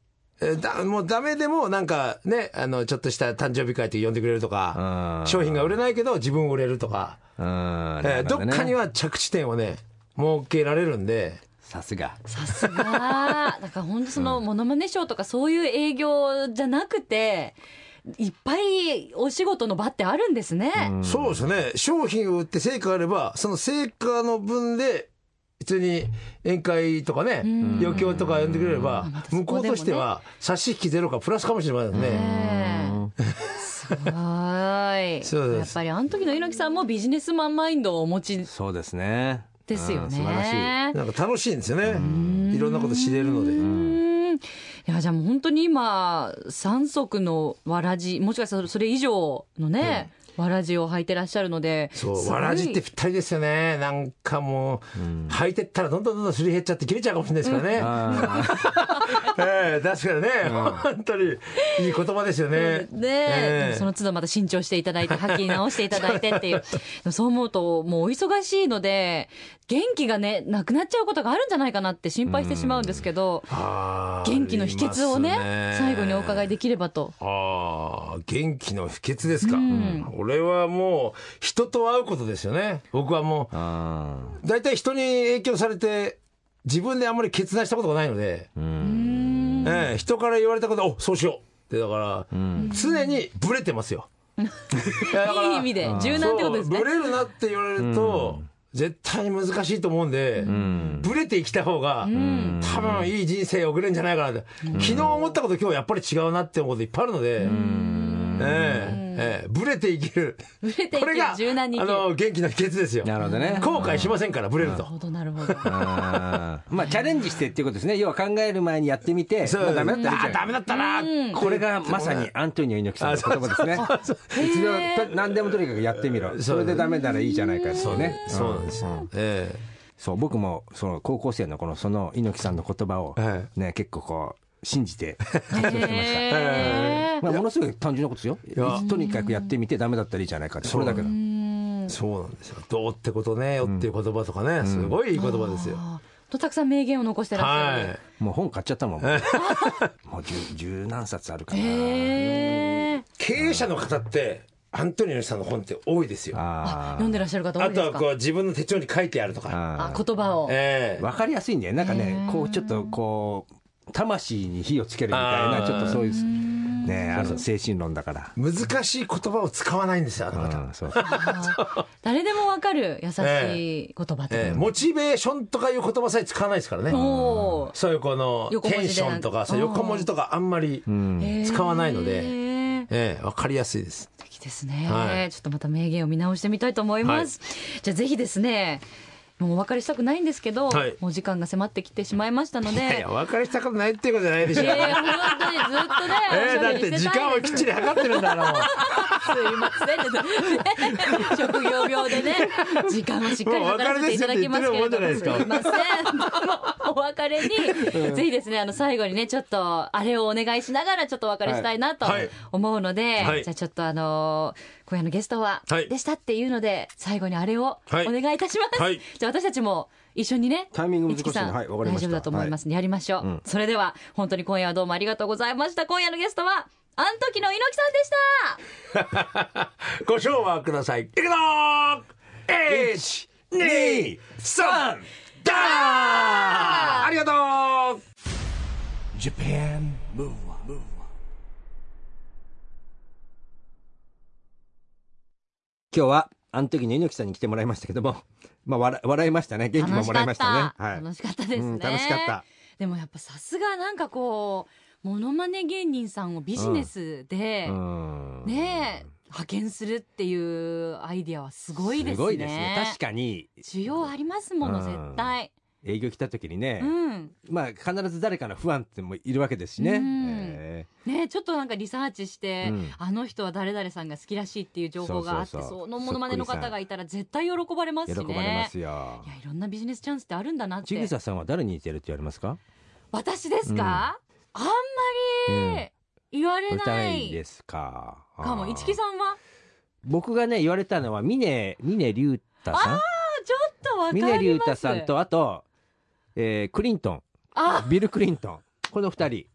[SPEAKER 4] えーだもうダメでもなんかね、あの、ちょっとした誕生日会と呼んでくれるとか
[SPEAKER 2] う、ん
[SPEAKER 4] 商品が売れないけど自分売れるとか、
[SPEAKER 2] うんな
[SPEAKER 4] えー
[SPEAKER 2] るほ
[SPEAKER 4] どっ
[SPEAKER 2] ね
[SPEAKER 4] かには着地点をね、設けられるんで、
[SPEAKER 2] さすが。
[SPEAKER 3] さす がだから本当そのモノマネショーとかそういう営業じゃなくていっぱいお仕事の場ってあるんですね、
[SPEAKER 4] そうですね、商品を売って成果があれば、その成果の分で、普通に宴会とかね、余興とか呼んでくれれば
[SPEAKER 3] あまた、そこでもね
[SPEAKER 4] 向こうとしては差し引きゼロかプラスかもしれませんね。
[SPEAKER 3] ええすごい
[SPEAKER 4] そう
[SPEAKER 3] や
[SPEAKER 4] です
[SPEAKER 3] っぱりあの時の猪木さんもビジネスマンマインドをお持ち
[SPEAKER 2] そうですね。
[SPEAKER 3] ですよ
[SPEAKER 2] う
[SPEAKER 3] ね
[SPEAKER 2] ん素晴らしい。
[SPEAKER 4] なんか楽しいんですよね。いろんなこと知れるので。
[SPEAKER 3] うんいやじゃあもう本当に今三足のわらじもしかしたらそれ以上のね、わらじを履いてらっしゃるので
[SPEAKER 4] そう、
[SPEAKER 3] すごい
[SPEAKER 4] わらじってぴったりですよね。なんかもう、履いてったらどんどんどんどんすり減っちゃって切れちゃうかもしれないですからね。
[SPEAKER 2] あー
[SPEAKER 4] ええ確かにね、本当にいい言葉ですよね。
[SPEAKER 3] ねえでもその都度また新調していただ いて履き直していただいてっていうでもそう思うともうお忙しいので元気がねなくなっちゃうことがあるんじゃないかなって心配してしまうんですけど
[SPEAKER 4] あー
[SPEAKER 3] 元気の秘訣をね
[SPEAKER 4] あります
[SPEAKER 3] 最後にお伺いできればと
[SPEAKER 4] ああ、元気の秘訣ですか。俺はもう、人と会うことですよね。僕はも
[SPEAKER 2] あー。
[SPEAKER 4] う、大体人に影響されて、自分であんまり決断したことがないので、ええ人から言われたこと、おそうしようって、だから、常にブレてますよ。いやだか
[SPEAKER 3] い
[SPEAKER 4] ら
[SPEAKER 3] い意味で柔軟ってことですね
[SPEAKER 4] そうブレるなって言われると、絶対に難しいと思うんで、ブレていきた方が、多分いい人生送れるんじゃないかなって、昨日思ったこと今日やっぱり違うなって思うこといっぱいあるので、ええええブレていける。
[SPEAKER 3] ブレてい
[SPEAKER 4] こ
[SPEAKER 3] け
[SPEAKER 4] れ
[SPEAKER 3] る
[SPEAKER 4] が、あ
[SPEAKER 3] 柔軟にいける
[SPEAKER 4] の、元気の秘訣ですよ。
[SPEAKER 2] なるほどね。
[SPEAKER 4] 後悔しませんから、ブレる
[SPEAKER 3] な
[SPEAKER 4] と。
[SPEAKER 3] るほどな るほど
[SPEAKER 2] あーまあ、チャレンジしてっていうことですね。要は考える前にやってみて、
[SPEAKER 4] そう
[SPEAKER 2] もうダメだったらいいじ
[SPEAKER 4] あ
[SPEAKER 2] ゃん
[SPEAKER 4] ダメだったな
[SPEAKER 2] これがまさにアントニオ猪木さんの言葉ですね。一度と何でもとにかくやってみろ。それでダメならいいじゃないかってい
[SPEAKER 4] そうう
[SPEAKER 2] ね
[SPEAKER 4] ね。。そうなんですよ。え
[SPEAKER 2] そう、僕もその高校生の頃、その猪木さんの言葉を
[SPEAKER 4] は
[SPEAKER 2] ね、結構こう、信じて、
[SPEAKER 3] へえ
[SPEAKER 2] まあ、ものすごい単純なことですよ。とにかくやってみてダメだったらいいじゃないかって、それだけだ。
[SPEAKER 4] えそうなんですよ。どうってことねよっていう言葉とかね、すごいいい言葉ですよ。
[SPEAKER 3] あーとたくさん名言を残してらっしゃる、
[SPEAKER 4] は
[SPEAKER 2] もう本買っちゃったもん。もう十十何冊あるかな。
[SPEAKER 3] へえ
[SPEAKER 4] い。経営者の方って、アントニオ猪木さんの本って多いですよ。あ
[SPEAKER 2] あ
[SPEAKER 3] 読んでらっしゃる方多いで
[SPEAKER 4] と
[SPEAKER 3] す
[SPEAKER 4] は
[SPEAKER 3] か
[SPEAKER 4] こう自分の手帳に書いてあるとか。
[SPEAKER 2] あ
[SPEAKER 3] あ言葉を
[SPEAKER 4] ええ
[SPEAKER 2] わかりやすいんだよ。なんかね、こう、ちょっとこう、魂に火をつけるみたい
[SPEAKER 4] あー
[SPEAKER 2] な、ちょっとそういう、ねあの精神論だから。
[SPEAKER 4] 難しい言葉を使わないんですよ、あの方。
[SPEAKER 2] うん、そう
[SPEAKER 3] 誰でもわかる優しい言葉と
[SPEAKER 4] ええ
[SPEAKER 3] か。
[SPEAKER 4] モチベーションとかいう言葉さえ使わないですからね。
[SPEAKER 3] おー
[SPEAKER 4] そういうこの
[SPEAKER 3] 横
[SPEAKER 4] テ
[SPEAKER 3] 文字で
[SPEAKER 4] ンションとか、そう
[SPEAKER 3] うん
[SPEAKER 4] 横文字とかあんまり使わないの
[SPEAKER 3] へ
[SPEAKER 4] で、
[SPEAKER 3] ー
[SPEAKER 4] ええ、わかりやすいです。
[SPEAKER 3] 素敵ですね、
[SPEAKER 4] はい
[SPEAKER 3] ちょっとまた名言を見直してみたいと思います、じゃあぜひですねもうお別れしたくないんですけど、
[SPEAKER 4] はい
[SPEAKER 3] もう時間が迫ってきてしまいましたの
[SPEAKER 4] いやい
[SPEAKER 3] で
[SPEAKER 4] や、お別れしたことないっていうことじゃないでしょ。
[SPEAKER 3] いやいや本当にずっとね、お
[SPEAKER 4] ええ
[SPEAKER 3] しゃ
[SPEAKER 4] だっ
[SPEAKER 3] べりしてて
[SPEAKER 4] 時間
[SPEAKER 3] た
[SPEAKER 4] を
[SPEAKER 3] いで
[SPEAKER 4] き
[SPEAKER 3] す
[SPEAKER 4] っちり測ってるん だからもう。
[SPEAKER 3] すいません、ね、職業 病でね時間をしっかり測らせていただきますけれどもす
[SPEAKER 4] もう
[SPEAKER 3] いませんお別れに、ぜひですねあの最後にねちょっとあれをお願いしながらちょっとお別れしたいなと
[SPEAKER 4] はい
[SPEAKER 3] 思うので、
[SPEAKER 4] はい
[SPEAKER 3] じゃあちょっとあのー今夜のゲストは、
[SPEAKER 4] はい
[SPEAKER 3] でしたっていうので最後にあれをお
[SPEAKER 4] はい
[SPEAKER 3] 願いいたします、
[SPEAKER 4] はい
[SPEAKER 3] じゃあ私たちも一緒にね
[SPEAKER 2] タイミング難しい
[SPEAKER 3] 樹
[SPEAKER 2] ね
[SPEAKER 3] さん、
[SPEAKER 2] はいわかり
[SPEAKER 3] 大
[SPEAKER 2] ました
[SPEAKER 3] 丈夫だと思いますんでやりましょう、それでは本当に今夜はどうもありがとうございました今夜のゲストはあん時の猪木さんでした
[SPEAKER 4] ご紹介ください。いくぞー !1、2、3、ダーありがとう
[SPEAKER 1] Japan Move Up.
[SPEAKER 2] 今日はあの時の猪木さんに来てもらいましたけども、まあ、笑笑いましたね元気ももらいましたね
[SPEAKER 3] 楽しかったですね、
[SPEAKER 2] うん楽しかった
[SPEAKER 3] でもやっぱさすがなんかこうものまね芸人さんをビジネスで、
[SPEAKER 2] うん
[SPEAKER 3] ねえ派遣するっていうアイディアはすごいですね
[SPEAKER 2] すごいですね確かに
[SPEAKER 3] 需要ありますもの、
[SPEAKER 2] うん
[SPEAKER 3] 絶対
[SPEAKER 2] 営業来た時にね、
[SPEAKER 3] うん
[SPEAKER 2] まあ必ず誰かの不安ってもいるわけですしね、
[SPEAKER 3] うん
[SPEAKER 2] え
[SPEAKER 3] ねえちょっとなんかリサーチして、
[SPEAKER 2] うん
[SPEAKER 3] あの人は誰々さんが好きらしいっていう情報があっ
[SPEAKER 2] そ
[SPEAKER 3] てそう
[SPEAKER 2] そうそう
[SPEAKER 3] のものまねの方がいたら絶対喜ばれます
[SPEAKER 2] え
[SPEAKER 3] しね
[SPEAKER 2] 喜ばれますよ
[SPEAKER 3] いやいろんなビジネスチャンスってあるんだなっ
[SPEAKER 2] ち
[SPEAKER 3] て
[SPEAKER 2] ぐささんは誰に似てるって言われますか
[SPEAKER 3] 私ですか、あんまり言われ
[SPEAKER 2] 歌
[SPEAKER 3] ない
[SPEAKER 2] ですか
[SPEAKER 3] かも。
[SPEAKER 2] あー
[SPEAKER 3] 一木さんは
[SPEAKER 2] 僕がね言われたのは峰峰竜太さん
[SPEAKER 3] ちょっとわかります。
[SPEAKER 2] 峰竜太さん。とあと、えークリントン
[SPEAKER 3] あ、
[SPEAKER 2] ビル・クリントンこの二人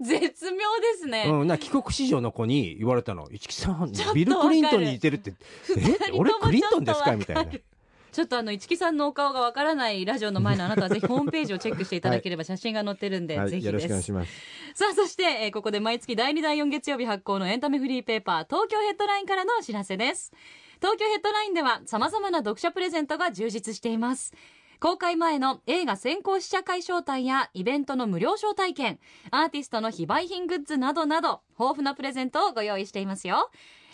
[SPEAKER 3] 絶妙ですね。
[SPEAKER 2] うん、な帰国子女の子に言われたの一木さん
[SPEAKER 3] ちょっと
[SPEAKER 2] ビル・クリントンに似てるって
[SPEAKER 3] 二人と
[SPEAKER 2] え
[SPEAKER 3] も
[SPEAKER 2] 俺クリントンですか
[SPEAKER 3] ちょ
[SPEAKER 2] み
[SPEAKER 3] ったと
[SPEAKER 2] い
[SPEAKER 3] わ
[SPEAKER 2] な
[SPEAKER 3] かるちょっとあの一木さんのお顔がわからないラジオの前のあなたはぜひホームページをチェックしていただければ写真が載ってるんで、ぜひです。
[SPEAKER 2] ます
[SPEAKER 3] さあそして、えーここで毎月第2第4月曜日発行のエンタメフリーペーパー東京ヘッドラインからのお知らせです東京ヘッドラインでは様々な読者プレゼントが充実しています公開前の映画先行試写会招待やイベントの無料招待券アーティストの非売品グッズなどなど豊富なプレゼントをご用意していますよ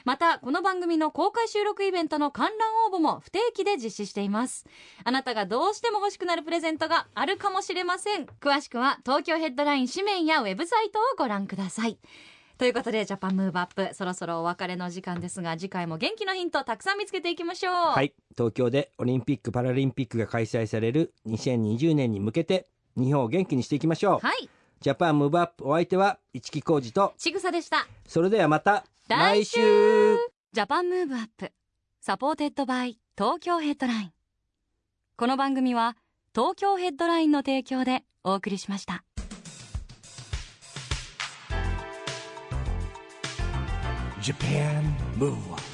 [SPEAKER 3] またこの番組の公開収録イベントの観覧応募も不定期で実施していますあなたがどうしても欲しくなるプレゼントがあるかもしれません詳しくは東京ヘッドライン紙面やウェブサイトをご覧くださいということでジャパンムーブアップそろそろお別れの時間ですが次回も元気のヒントたくさん見つけていきましょう
[SPEAKER 2] は
[SPEAKER 3] はい
[SPEAKER 2] 東京でオリンピック・パラリンピックが開催される2020年に向けて日本を元気にしていきましょう、
[SPEAKER 3] はい
[SPEAKER 2] ジャパンムーブアップお相手は一木浩二と
[SPEAKER 3] ちぐさでした
[SPEAKER 2] それではまた
[SPEAKER 3] 来週
[SPEAKER 2] 来週
[SPEAKER 5] ジャパンムーブアップサポーテッドバイ東京ヘッドラインこの番組は東京ヘッドラインの提供でお送りしました
[SPEAKER 1] Japan Move Up.